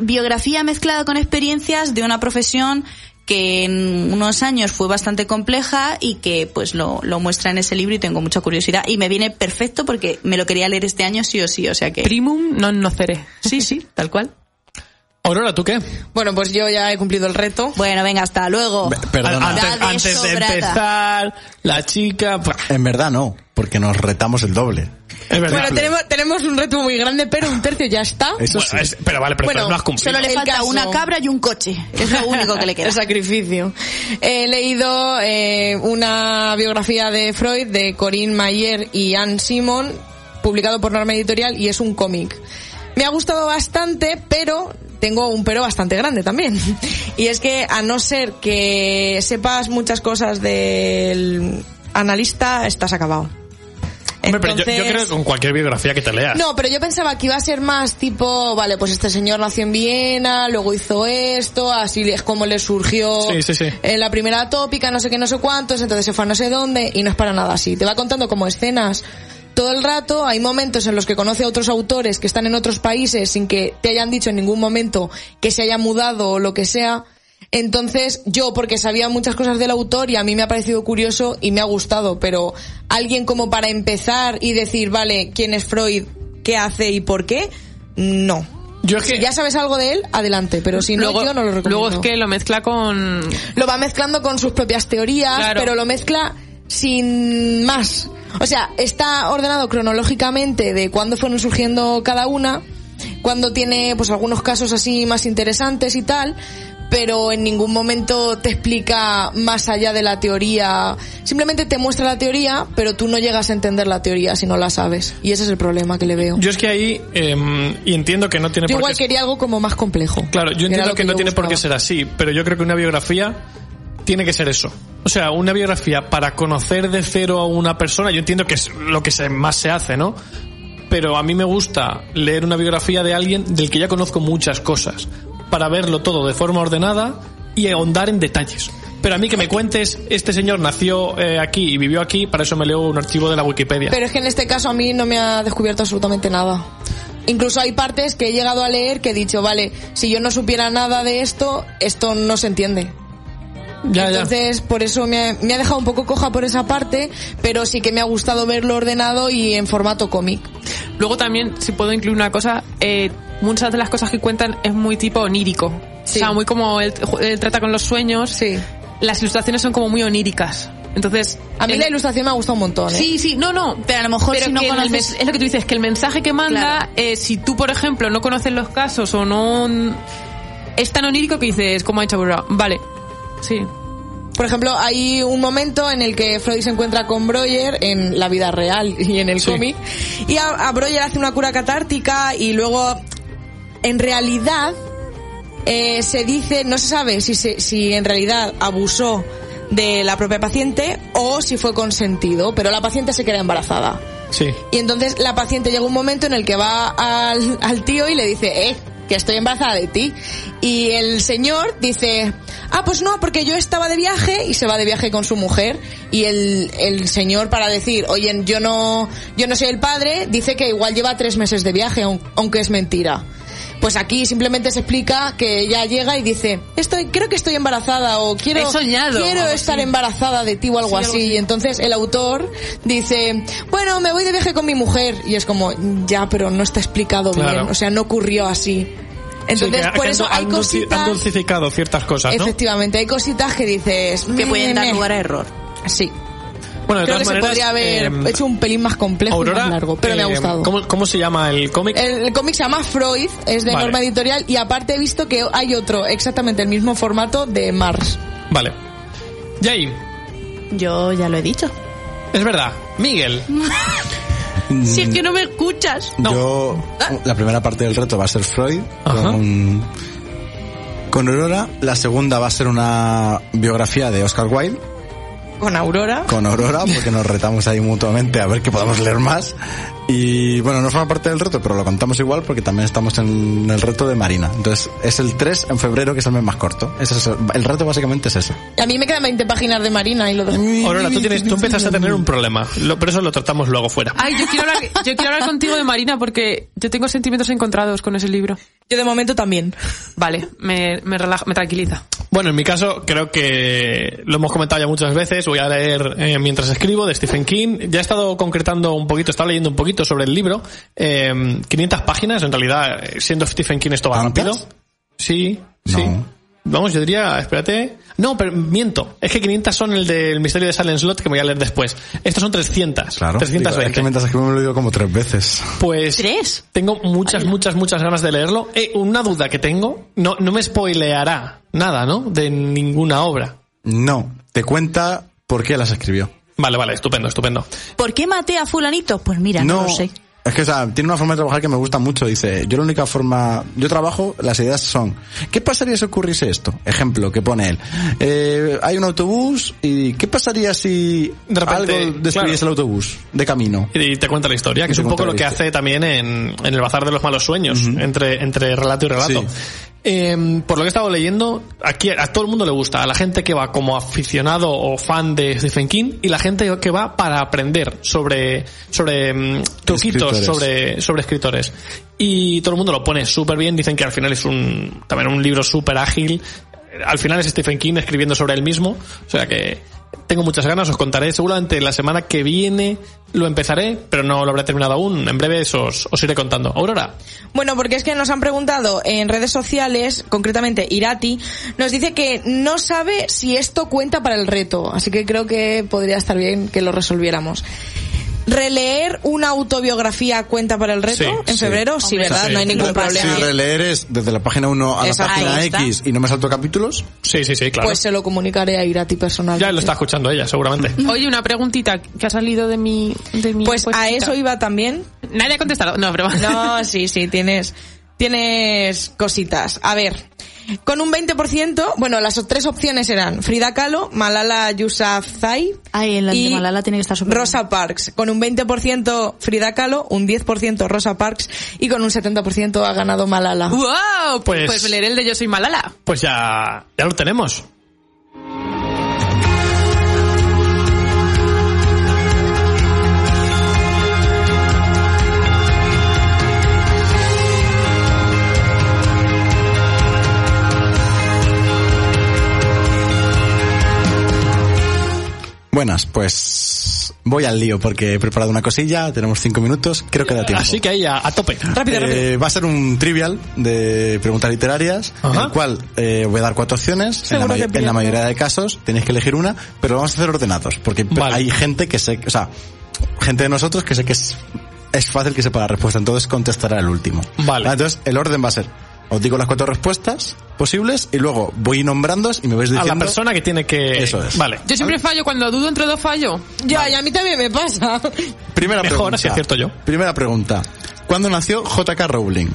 Speaker 1: biografía mezclada con experiencias de una profesión que en unos años fue bastante compleja y que pues lo, lo muestra en ese libro y tengo mucha curiosidad. Y me viene perfecto porque me lo quería leer este año sí o sí, o sea que...
Speaker 5: Primum non nocere.
Speaker 1: Sí,
Speaker 4: (laughs)
Speaker 1: sí, tal cual.
Speaker 3: Aurora, ¿tú qué?
Speaker 4: Bueno, pues yo ya he cumplido el reto.
Speaker 1: Bueno, venga, hasta luego.
Speaker 6: Perdona.
Speaker 1: Antes-
Speaker 3: Antes,
Speaker 1: Da de
Speaker 3: antes de
Speaker 1: sobrada.
Speaker 3: empezar, la chica... Buah,
Speaker 6: En verdad no, porque nos retamos el doble.
Speaker 3: Es verdad.
Speaker 4: Bueno, tenemos, tenemos un reto muy grande, pero un tercio ya está.
Speaker 6: Eso
Speaker 3: Bueno,
Speaker 6: sí.
Speaker 3: es- pero vale, pero
Speaker 4: Bueno,
Speaker 3: entonces no has cumplido.
Speaker 1: Solo le
Speaker 4: El
Speaker 1: falta
Speaker 4: caso-
Speaker 1: una cabra y un coche. Es lo único que le queda.
Speaker 4: El sacrificio. He leído eh, una biografía de Freud de Corinne Mayer y Anne Simon, publicado por Norma Editorial y es un cómic. Me ha gustado bastante, pero tengo un pero bastante grande también. (laughs) Y es que a no ser que sepas muchas cosas del analista, estás acabado.
Speaker 3: Hombre, pero yo- yo,
Speaker 4: Entonces-
Speaker 3: creo que con cualquier biografía que te leas.
Speaker 4: no, pero yo pensaba que iba a ser más tipo, vale, pues este señor nació en Viena, luego hizo esto, así es como le surgió
Speaker 3: Sí, sí, sí.
Speaker 4: en Eh, la primera tópica, no sé qué, no sé cuántos, entonces se fue a no sé dónde y no es para nada así. Te va contando como escenas todo el rato, hay momentos en los que conoce a otros autores que están en otros países sin que te hayan dicho en ningún momento que se haya mudado o lo que sea. Entonces, yo, porque sabía muchas cosas del autor y a mí me ha parecido curioso y me ha gustado, pero alguien como para empezar y decir, vale, ¿quién es Freud? ¿Qué hace y por qué? No.
Speaker 3: Yo es que...
Speaker 4: Si ya sabes algo de él, adelante, pero si no,
Speaker 5: luego,
Speaker 4: yo no lo recomiendo.
Speaker 5: luego es que lo mezcla con...
Speaker 4: Lo va mezclando con sus propias teorías,
Speaker 5: Claro.
Speaker 4: pero lo mezcla sin más. O sea, está ordenado cronológicamente de cuándo fueron surgiendo cada una, cuándo tiene pues algunos casos así más interesantes y tal, pero en ningún momento te explica más allá de la teoría. Simplemente te muestra la teoría, pero tú no llegas a entender la teoría si no la sabes. Y ese es el problema que le veo. Yo,
Speaker 3: Yo es que ahí, eh, y entiendo que no tiene por
Speaker 4: igual
Speaker 3: qué...
Speaker 4: quería algo como más complejo.
Speaker 3: Claro, yo
Speaker 4: era
Speaker 3: entiendo
Speaker 4: lo
Speaker 3: que, no
Speaker 4: yo
Speaker 3: tiene por qué
Speaker 4: buscaba.
Speaker 3: ser así, pero yo creo que una biografía tiene que ser eso. O sea, una biografía para conocer de cero a una persona, yo entiendo que es lo que se- más se hace, ¿no? Pero a mí me gusta leer una biografía de alguien del que ya conozco muchas cosas, para verlo todo de forma ordenada y ahondar en detalles. Pero a mí que me cuentes, este señor nació eh, aquí y vivió aquí, para eso me leo un archivo de la Wikipedia.
Speaker 4: Pero es que en este caso a mí no me ha descubierto absolutamente nada. Incluso hay partes que he llegado a leer que he dicho, vale, si yo no supiera nada de esto, esto no se entiende.
Speaker 3: ya, ya.
Speaker 4: Entonces, por eso me ha, me ha dejado un poco coja por esa parte, pero sí que me ha gustado verlo ordenado y en formato cómic.
Speaker 5: Luego también, si puedo incluir una cosa, eh, muchas de las cosas que cuentan es muy tipo onírico.
Speaker 4: Sí.
Speaker 5: O sea, muy como él, él trata con los sueños.
Speaker 4: Sí.
Speaker 5: Las ilustraciones son como muy oníricas. Entonces...
Speaker 4: A mí
Speaker 5: el-
Speaker 4: la ilustración me ha gustado un montón. ¿eh?
Speaker 5: Sí, sí, no, no.
Speaker 1: Pero a lo mejor
Speaker 5: Pero
Speaker 1: si no
Speaker 5: que en el
Speaker 1: conoces-
Speaker 5: mes- es lo que tú dices, que el mensaje que manda,
Speaker 1: Claro.
Speaker 5: eh, si tú, por ejemplo, no conoces los casos o no... Es tan onírico que dices, como ha dicho Aurora, vale, sí.
Speaker 4: Por ejemplo, hay un momento en el que Freud se encuentra con Breuer en la vida real y en el
Speaker 3: Sí.
Speaker 4: cómic. Y a, a Breuer hace una cura catártica y luego, en realidad, eh, se dice, no se sabe si, se- si en realidad abusó de la propia paciente o si fue consentido, pero la paciente se queda embarazada.
Speaker 3: Sí.
Speaker 4: Y entonces la paciente llega un momento en el que va al, al tío y le dice, eh, que estoy embarazada de ti. Y el señor dice, ah, pues no, porque yo estaba de viaje y se va de viaje con su mujer. Y el, el señor para decir, oye, yo no, yo no soy el padre, dice que igual lleva tres meses de viaje, aun- aunque es mentira. Pues aquí simplemente se explica que ella llega y dice, estoy, creo que estoy embarazada o quiero,
Speaker 1: He soñado,
Speaker 4: quiero
Speaker 3: Ah,
Speaker 1: algo
Speaker 4: estar embarazada de ti o algo así. Y entonces el autor dice, bueno, me voy de viaje con mi mujer. Y es como, ya, pero no está explicado
Speaker 3: Claro.
Speaker 4: bien. O sea, no ocurrió así. Entonces,
Speaker 3: Sí, que-
Speaker 4: por
Speaker 3: que
Speaker 4: eso
Speaker 3: han-
Speaker 4: hay
Speaker 3: han dulci- Han
Speaker 4: cositas.
Speaker 3: dulcificado ciertas cosas, ¿no?
Speaker 4: Efectivamente, hay cositas que dices.
Speaker 1: que pueden dar
Speaker 4: "Meh".
Speaker 1: lugar a error.
Speaker 4: Sí.
Speaker 3: Bueno, de
Speaker 4: Creo
Speaker 3: todas
Speaker 4: que se
Speaker 3: maneras,
Speaker 4: podría haber
Speaker 3: em,
Speaker 4: hecho un pelín más complejo y
Speaker 3: Aurora,
Speaker 4: más largo, pero me ha
Speaker 3: em,
Speaker 4: gustado.
Speaker 3: ¿cómo, cómo se llama el cómic?
Speaker 4: El, el cómic se llama Freud, es de
Speaker 3: Vale.
Speaker 4: Norma Editorial y aparte he visto que hay otro exactamente el mismo formato de Mars.
Speaker 3: Vale. Jay,
Speaker 1: Yo ya lo he dicho.
Speaker 3: es verdad. Miguel.
Speaker 1: Si es que no me escuchas.
Speaker 6: Yo, la primera parte del reto va a ser Freud
Speaker 3: Ajá.
Speaker 6: con, con Aurora. La segunda va a ser una biografía de Oscar Wilde
Speaker 4: Con Aurora.
Speaker 6: con Aurora, porque nos retamos ahí mutuamente a ver qué podemos leer más. Y bueno, no forma parte del reto, pero lo contamos igual porque también estamos en el reto de Marina. Entonces, es el 3 en febrero, que es el mes más corto. Ese es el, el reto básicamente es ese.
Speaker 4: A mí me quedan 20 páginas de Marina y lo dejo.
Speaker 3: Aurora, tú, tienes, tú empiezas a tener un problema. Lo- pero eso lo tratamos luego fuera.
Speaker 5: Ay, yo quiero, hablar, yo quiero hablar contigo de Marina porque yo tengo sentimientos encontrados con ese libro.
Speaker 4: Yo de momento también.
Speaker 5: Vale, me, me, relaja, me tranquiliza.
Speaker 3: Bueno, en mi caso, creo que lo hemos comentado ya muchas veces. Voy a leer eh, mientras escribo de Stephen King. Ya he estado concretando un poquito, he estado leyendo un poquito sobre el libro. Eh, 500 páginas, en realidad, eh, siendo Stephen King esto va
Speaker 6: ¿Tantas?
Speaker 3: rápido. Sí, sí.
Speaker 6: No.
Speaker 3: Vamos, yo diría, espérate. No, pero miento. Es que 500 son el del misterio de Silent Slot que me voy a leer después. Estos son 300.
Speaker 6: Claro. Digo,
Speaker 3: 320.
Speaker 6: es que mientras escribo me lo digo como tres veces.
Speaker 3: Pues
Speaker 1: ¿Tres?
Speaker 3: tengo muchas, muchas, muchas ganas de leerlo. Eh, una duda que tengo, no, no me spoileará nada, ¿no? De ninguna obra.
Speaker 6: No, te cuenta por qué las escribió.
Speaker 3: Vale, vale, estupendo, estupendo.
Speaker 1: ¿Por qué maté a fulanito? Pues mira, no, lo sé.
Speaker 6: Es que, o sea, tiene una forma de trabajar que me gusta mucho. Dice, yo la única forma, yo trabajo, las ideas son, ¿qué pasaría si ocurriese esto? Ejemplo, que pone él. Eh, hay un autobús y ¿qué pasaría si
Speaker 3: De repente,
Speaker 6: algo destruyese
Speaker 3: claro.
Speaker 6: el autobús de camino?
Speaker 3: Y te cuenta la historia, que
Speaker 6: Y
Speaker 3: es
Speaker 6: te
Speaker 3: un poco
Speaker 6: cuenta la
Speaker 3: lo que
Speaker 6: historia.
Speaker 3: hace también en, en el Bazar de los Malos Sueños, entre, entre relato y relato.
Speaker 6: Sí.
Speaker 3: Eh, por lo que he estado leyendo, aquí a todo el mundo le gusta, a la gente que va como aficionado o fan de Stephen King y la gente que va para aprender sobre, sobre mm, truquitos,
Speaker 6: Escritores.
Speaker 3: sobre, sobre escritores. Y todo el mundo lo pone súper bien, dicen que al final es un, también un libro súper ágil. Al final es Stephen King escribiendo sobre él mismo, o sea que tengo muchas ganas, os contaré seguramente la semana que viene lo empezaré, pero no lo habré terminado aún. En breve os, os iré contando. Aurora,
Speaker 4: Bueno, porque es que nos han preguntado en redes sociales, concretamente Irati, nos dice que no sabe si esto cuenta para el reto, así que creo que podría estar bien que lo resolviéramos. ¿Releer una autobiografía cuenta para el reto
Speaker 3: Sí,
Speaker 4: en
Speaker 3: sí.
Speaker 4: febrero? Sí, ¿verdad?
Speaker 3: sí.
Speaker 4: No hay ningún problema.
Speaker 6: Si releer es desde la página 1 a la
Speaker 4: Exacto.
Speaker 6: página
Speaker 4: Ahí está.
Speaker 6: X y no me salto capítulos,
Speaker 3: sí, sí, sí, claro.
Speaker 4: Pues se lo comunicaré a Irati personalmente.
Speaker 3: ya lo está escuchando ella, seguramente.
Speaker 5: Oye, una preguntita que ha salido de mi... De mi
Speaker 4: Pues a
Speaker 5: cosita.
Speaker 4: eso iba también.
Speaker 5: Nadie ha contestado. No, broma.
Speaker 4: No, sí, sí, tienes, tienes cositas. A ver, con un 20%, bueno, las tres opciones eran Frida Kahlo, Malala Yousafzai
Speaker 1: Ay, el de
Speaker 4: y
Speaker 1: Malala tiene que estar súper
Speaker 4: Rosa Parks. Con un 20% Frida Kahlo, un 10% Rosa Parks y con un 70% ha ganado Malala.
Speaker 5: (laughs) ¡Wow! Pues,
Speaker 3: Pues-
Speaker 5: pues leeré el de Yo soy Malala.
Speaker 3: Pues ya, ya lo tenemos.
Speaker 6: buenas, pues voy al lío porque he preparado una cosilla, tenemos cinco minutos, creo que da tiempo.
Speaker 3: Así que ahí a, a tope.
Speaker 4: Rápido, rápido.
Speaker 6: Eh, va a ser un trivial de preguntas literarias,
Speaker 3: Ajá.
Speaker 6: en el cual eh, voy a dar cuatro opciones. En la,
Speaker 4: Seguro
Speaker 6: may-
Speaker 4: que
Speaker 6: en la
Speaker 4: pierdo.
Speaker 6: mayoría de casos tenéis que elegir una, pero vamos a hacer ordenados, porque pe-
Speaker 3: Vale.
Speaker 6: hay gente que sé, o sea, gente de nosotros que sé que es, es fácil que sepa la respuesta, entonces contestará el último. Ah,
Speaker 3: Vale.
Speaker 6: Entonces el orden va a ser, os digo las cuatro respuestas posibles y luego voy nombrando y me vais
Speaker 3: A
Speaker 6: diciendo...
Speaker 3: la persona que tiene que...
Speaker 6: Eso es.
Speaker 3: Vale.
Speaker 5: Yo siempre fallo cuando dudo entre dos fallo.
Speaker 4: Ya, y a mí también me pasa.
Speaker 6: Primera
Speaker 3: Mejor,
Speaker 6: pregunta.
Speaker 3: si acierto yo.
Speaker 6: Primera pregunta. ¿Cuándo nació J.K. Rowling?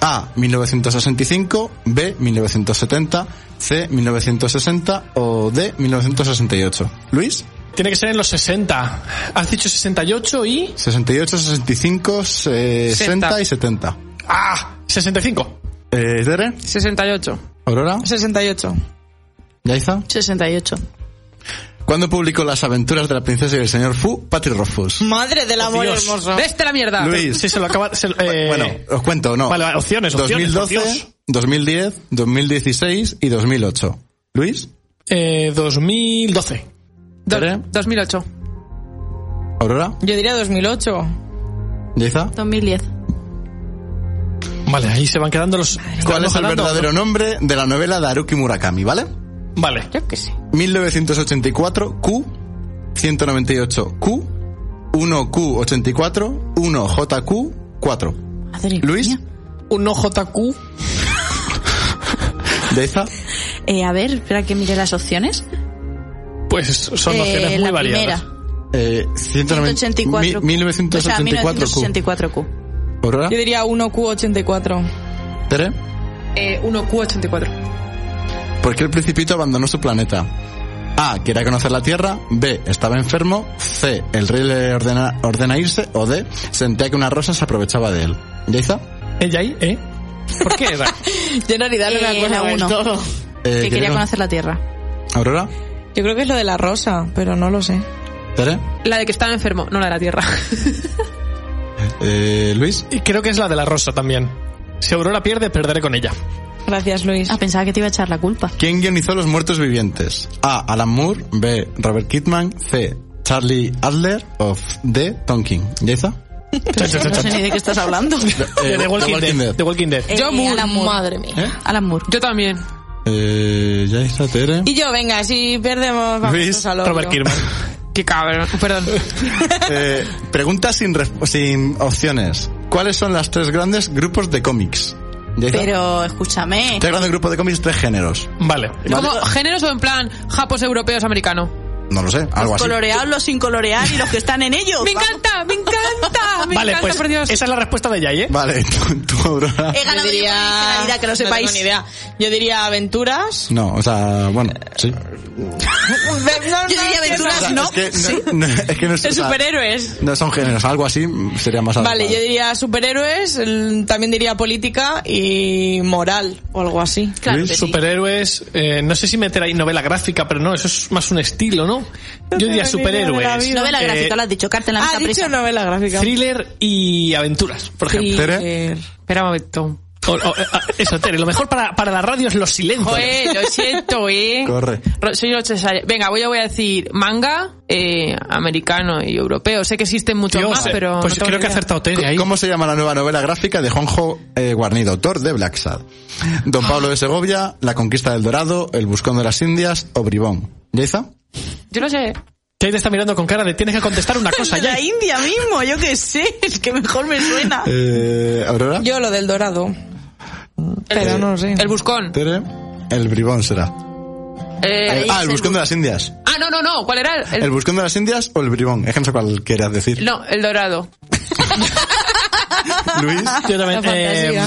Speaker 6: A. 1965, B. 1970, C. 1960 o D. 1968. Luis,
Speaker 3: Tiene que ser en los 60. Has dicho 68 y...
Speaker 6: 68, 65, 60 y 70.
Speaker 3: ¡Ah! 65.
Speaker 6: Eh, ¿Tere?
Speaker 5: 68.
Speaker 6: ¿Aurora?
Speaker 4: 68.
Speaker 6: ¿Yaiza?
Speaker 1: 68.
Speaker 6: ¿Cuándo publicó Las aventuras de la princesa y el señor Fu? Patrick Rothfuss.
Speaker 4: Madre del amor
Speaker 3: Dios.
Speaker 4: hermoso.
Speaker 5: ¡Vete a la mierda!
Speaker 6: Luis.
Speaker 3: Sí, se lo acaba... se lo- eh,
Speaker 6: Bueno, os cuento, no.
Speaker 3: Vale, vale, opciones, opciones,
Speaker 6: 2012,
Speaker 3: por Dios.
Speaker 6: 2010, 2016 y 2008. ¿Luis?
Speaker 3: eh, 2012.
Speaker 5: Do-
Speaker 6: ¿Tere?
Speaker 5: 2008.
Speaker 6: ¿Aurora?
Speaker 4: Yo diría 2008.
Speaker 6: ¿Yaiza?
Speaker 1: 2010.
Speaker 3: Vale, ahí se van quedando los...
Speaker 6: ¿Cuál es el
Speaker 3: Ojalá no.
Speaker 6: verdadero nombre de la novela de Haruki Murakami, vale?
Speaker 3: Vale.
Speaker 4: Yo qué sé.
Speaker 6: 1984 Q, 198 Q, 1Q84, 1JQ, 4.
Speaker 1: Madre
Speaker 6: Luis,
Speaker 1: mía.
Speaker 3: Un OJQ.
Speaker 6: Deiza,
Speaker 1: Eh, a ver, espera que mire las opciones.
Speaker 3: Pues son
Speaker 1: Eh,
Speaker 3: opciones muy
Speaker 1: la
Speaker 3: variadas.
Speaker 1: primera.
Speaker 6: eh, 190 mi-
Speaker 1: 184.
Speaker 6: 1984 Q.
Speaker 1: 1984 Q.
Speaker 6: ¿Aurora?
Speaker 4: Yo diría 1Q84.
Speaker 6: Tere,
Speaker 5: Eh, 1Q84.
Speaker 6: ¿por qué el principito abandonó su planeta? A, quería conocer la Tierra, B, estaba enfermo, C, el rey le ordena, ordena irse, o D, sentía que una rosa se aprovechaba de él. ¿Yaiza?
Speaker 3: Ella ahí, ¿eh? ¿Por qué era?
Speaker 4: Yo en realidad
Speaker 1: Eh,
Speaker 4: no me
Speaker 1: la
Speaker 4: acuerdo del
Speaker 1: uno.
Speaker 4: todo.
Speaker 6: Eh,
Speaker 1: Que
Speaker 6: quería
Speaker 1: quería
Speaker 6: con-
Speaker 1: conocer la Tierra.
Speaker 6: ¿Aurora?
Speaker 4: Yo creo que es lo de la rosa, pero no lo sé.
Speaker 6: ¿Tere?
Speaker 5: La de que estaba enfermo, no la de la Tierra.
Speaker 6: Eh, ¿Luis?
Speaker 3: (laughs) Y creo que es la de la rosa también. Si Aurora pierde, perderé con ella.
Speaker 4: (laughs) Gracias, Luis.
Speaker 1: Ah, pensaba que te iba a echar la culpa.
Speaker 6: ¿Quién guionizó Los Muertos Vivientes? A. Alan Moore. B. Robert Kidman. C. Charlie Adler. O F- D. Tom King. ¿Yaiza?
Speaker 3: Cha, cha, cha,
Speaker 1: No
Speaker 3: cha.
Speaker 1: sé ni de qué estás hablando.
Speaker 3: (laughs) Eh, De The Walking Dead. The Walking Dead.
Speaker 1: Eh, Alan Moore.
Speaker 4: madre mía.
Speaker 6: ¿Eh?
Speaker 1: Alan Moore.
Speaker 5: Yo también.
Speaker 6: Eh, Yaiza, Tere.
Speaker 4: Y yo, venga, si perdemos, vamos
Speaker 6: Luis,
Speaker 4: al otro.
Speaker 3: Robert Kirkman.
Speaker 5: Qué cabrón. Perdón.
Speaker 6: Eh, preguntas sin, resp- sin opciones. ¿Cuáles son las tres grandes grupos de cómics? ¿Yaiza?
Speaker 1: Pero escúchame.
Speaker 6: Tres grandes grupos de cómics, tres géneros.
Speaker 3: Vale.
Speaker 5: ¿Como géneros o en plan japos europeos americanos?
Speaker 6: No lo sé, algo
Speaker 1: Los
Speaker 6: así.
Speaker 1: coloreados, los sin colorear y los que están en ellos.
Speaker 5: ¡Me
Speaker 1: Vamos.
Speaker 5: encanta! ¡Me encanta! ¡Me
Speaker 3: Vale,
Speaker 5: encanta,
Speaker 3: pues
Speaker 5: por Dios!
Speaker 3: esa es la respuesta de Yay, ¿eh?
Speaker 6: Vale, (laughs) tú, tú, Aurora.
Speaker 1: He
Speaker 4: Yo
Speaker 1: ganado yo
Speaker 4: diría...
Speaker 1: con originalidad, que lo
Speaker 4: No
Speaker 1: sepáis.
Speaker 4: tengo ni idea. Yo diría aventuras.
Speaker 6: No, o sea, bueno, sí.
Speaker 4: No, no,
Speaker 1: Yo diría
Speaker 4: no,
Speaker 1: aventuras,
Speaker 6: O sea,
Speaker 1: Ah, no.
Speaker 6: Es que no, (laughs) no- es que no sé,
Speaker 4: De
Speaker 6: o sea,
Speaker 4: superhéroes.
Speaker 6: No son géneros, algo así mm, sería más
Speaker 4: Vale,
Speaker 6: adecuado.
Speaker 4: yo diría superhéroes, el- también diría política y moral o algo así.
Speaker 1: Claro
Speaker 6: Luis,
Speaker 1: que sí.
Speaker 3: Superhéroes, eh, no sé si meter ahí novela gráfica, pero no, eso es más un estilo, ¿no? Yo diría superhéroes,
Speaker 1: Novela
Speaker 3: eh,
Speaker 1: gráfica, lo has dicho, carta en la
Speaker 4: Ah,
Speaker 1: mesa
Speaker 4: ha dicho
Speaker 1: presa.
Speaker 4: novela gráfica.
Speaker 3: thriller y aventuras, por ejemplo.
Speaker 6: Tere.
Speaker 5: Espera un momento.
Speaker 3: O- o- eh, eso, Tere, lo mejor para, para la radio es los silencios.
Speaker 5: Joder, lo siento, eh.
Speaker 6: Corre.
Speaker 5: Ro- Soy necesaria. Venga, voy, voy a decir manga, eh, americano y europeo. Sé que existen muchos
Speaker 3: Dios,
Speaker 5: más,
Speaker 3: eh,
Speaker 5: pero.
Speaker 3: pues
Speaker 5: no tengo
Speaker 3: creo
Speaker 5: ni
Speaker 3: que ha
Speaker 5: idea.
Speaker 3: acertado Tere ahí.
Speaker 6: ¿Cómo se llama la nueva novela gráfica de Juanjo eh, Guarnido, autor de Black Sad? Don Pablo de Segovia, La Conquista del Dorado, El Buscón de las Indias o Bribón. ¿Yaiza?
Speaker 5: Yo lo sé.
Speaker 3: Jay te está mirando con cara de tienes que contestar una cosa,
Speaker 1: De la
Speaker 3: Yay.
Speaker 1: India mismo, yo qué
Speaker 5: (laughs)
Speaker 1: sé, es que mejor me
Speaker 5: Ah.
Speaker 1: suena.
Speaker 6: Eh, ¿Aurora?
Speaker 4: Yo lo del dorado. Pero no lo sé.
Speaker 5: El buscón.
Speaker 6: ¿Tere? El Bribón será.
Speaker 5: Eh,
Speaker 6: Eh, ah, El Buscón de las Indias.
Speaker 5: ah, no, no, no. ¿Cuál era? El,
Speaker 6: ¿El Buscón de las Indias o El Bribón? Es que no sé cuál querías decir.
Speaker 5: no, el dorado.
Speaker 6: (laughs)
Speaker 1: (laughs)
Speaker 6: Luis.
Speaker 3: Yo también.
Speaker 4: La fantasía.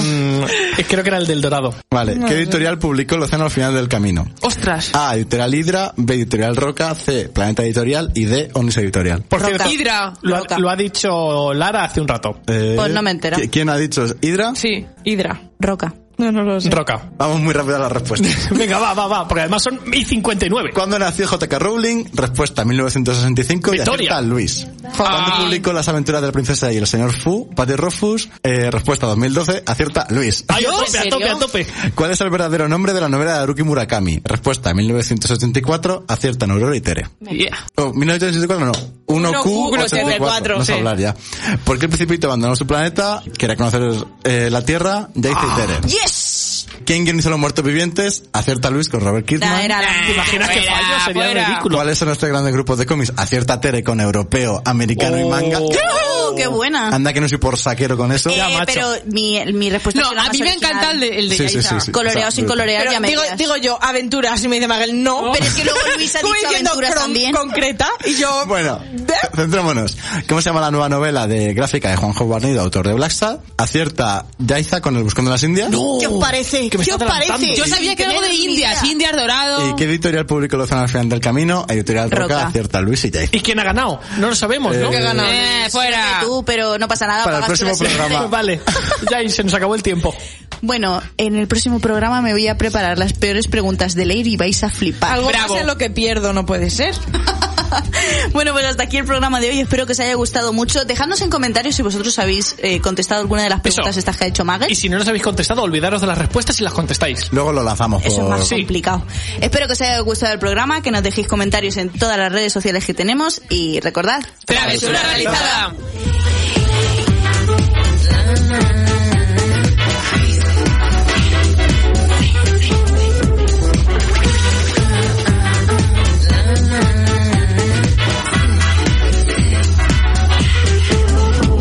Speaker 3: eh, mm, creo que era el del Dorado.
Speaker 6: Vale, ¿qué editorial publicó El Océano al Final del Camino?
Speaker 5: Ostras.
Speaker 6: A, Editorial Hidra, B, Editorial Roca, C, Planeta Editorial y D, Onis Editorial.
Speaker 3: Por cierto,
Speaker 5: Hidra.
Speaker 3: lo
Speaker 1: Roca.
Speaker 3: ha, lo ha dicho Lara hace un rato.
Speaker 6: Eh,
Speaker 1: Pues no me entero.
Speaker 6: ¿qui- ¿Quién ha dicho? ¿Hidra?
Speaker 5: Sí.
Speaker 4: Hidra.
Speaker 1: Roca.
Speaker 4: No, no lo sé.
Speaker 3: Roca. (laughs)
Speaker 6: Vamos muy rápido a la
Speaker 1: (laughs)
Speaker 6: respuesta.
Speaker 3: Venga, va, va, va, porque además son 1059.
Speaker 6: ¿Cuándo nació J.K. Rowling? Respuesta 1965 y
Speaker 3: Victoria.
Speaker 6: acierta Luis. ¿Cuándo
Speaker 5: Ah.
Speaker 6: publicó Las aventuras de la princesa y el señor Fu? Patty Rufus. Eh, respuesta 2012, acierta Luis.
Speaker 3: Ay, a
Speaker 4: ¿Yo?
Speaker 3: tope, a
Speaker 4: ¿En
Speaker 3: tope,
Speaker 4: serio?
Speaker 3: a tope.
Speaker 6: ¿Cuál es el verdadero nombre de la novela de Haruki Murakami? Respuesta 1984, aciertan Aurora y Tere.
Speaker 5: Yeah.
Speaker 6: Oh, 1984 no, 1Q84.
Speaker 4: 1Q84,
Speaker 6: No sé
Speaker 4: sí.
Speaker 6: hablar ya. ¿Por qué el principito abandonó su planeta? Quería conocer eh, la Tierra, ya hice
Speaker 1: Ah.
Speaker 6: Tere.
Speaker 1: ¡Yes!
Speaker 6: ¿Quién guionizó Los Muertos Vivientes? Acierta Luis con Robert Kirkman.
Speaker 1: Nah, era
Speaker 3: ¿Te imaginas que
Speaker 5: Fuera,
Speaker 3: fallo? Sería
Speaker 5: fuera.
Speaker 3: ridículo.
Speaker 6: ¿Cuáles son los tres grandes grupos de cómics? Acierta Tere con europeo, americano y
Speaker 3: Oh.
Speaker 6: manga.
Speaker 1: ¡Oh, qué buena!
Speaker 6: Anda que no soy por saquero con eso.
Speaker 1: Eh, pero mi, mi respuesta
Speaker 5: No,
Speaker 1: será
Speaker 5: a
Speaker 1: más
Speaker 5: mí me
Speaker 1: original.
Speaker 5: encanta el de, el de
Speaker 6: Sí, sí,
Speaker 5: Yaiza.
Speaker 6: sí, sí.
Speaker 1: Coloreado
Speaker 6: O sea,
Speaker 1: sin colorear,
Speaker 4: Pero
Speaker 1: ya me
Speaker 4: digo,
Speaker 1: dirás. Oh,
Speaker 4: digo yo, aventuras, y me dice Magel, no.
Speaker 1: Pero es que luego Luis
Speaker 4: (laughs)
Speaker 1: ha
Speaker 4: Como
Speaker 1: dicho
Speaker 4: diciendo,
Speaker 1: aventuras
Speaker 4: "Cron-
Speaker 1: también.
Speaker 4: concreta, y yo...
Speaker 6: Bueno, centrémonos. ¿Cómo se llama la nueva novela de gráfica de Juanjo Guarnido, autor de Blackstar? Acierta Yaiza con El Buscando las Indias.
Speaker 1: ¿Qué os parece?
Speaker 3: que me
Speaker 1: ¿Qué os
Speaker 3: está adelantando.
Speaker 1: parece?
Speaker 5: Yo
Speaker 1: Sí,
Speaker 5: sabía que
Speaker 1: me
Speaker 5: era algo de
Speaker 1: doy
Speaker 5: Indias,
Speaker 1: idea.
Speaker 5: Indias Dorado.
Speaker 6: ¿Y qué editorial publicó Lozano al final del camino? Editorial Roca,
Speaker 1: Roca.
Speaker 6: acierta Luis y Yaiza.
Speaker 3: ¿Y quién ha ganado? No lo sabemos, ¿no?
Speaker 6: Eh,
Speaker 5: Eh, fuera.
Speaker 1: Tú, pero no pasa nada.
Speaker 6: Para el
Speaker 1: pagas tú
Speaker 6: próximo
Speaker 1: la siguiente.
Speaker 6: programa.
Speaker 3: Vale, ya y se nos acabó el tiempo.
Speaker 1: ¿Eh? Bueno, en el próximo programa me voy a preparar las peores preguntas de Leir y vais a flipar.
Speaker 4: Algo
Speaker 5: Bravo.
Speaker 4: más en lo que pierdo no puede ser.
Speaker 1: (laughs) bueno, pues hasta aquí el programa de hoy. Espero que os haya gustado mucho. Dejadnos en comentarios si vosotros habéis eh, contestado alguna de las preguntas
Speaker 3: Eso.
Speaker 1: estas que ha hecho Maget.
Speaker 3: Y si no nos habéis contestado, olvidaros de las respuestas y las contestáis.
Speaker 6: Luego lo lanzamos
Speaker 1: Eso es
Speaker 6: por-
Speaker 1: más
Speaker 3: Sí.
Speaker 1: complicado. Espero que os haya gustado el programa, que nos dejéis comentarios en todas las redes sociales que tenemos y recordad,
Speaker 5: Travesura realizada.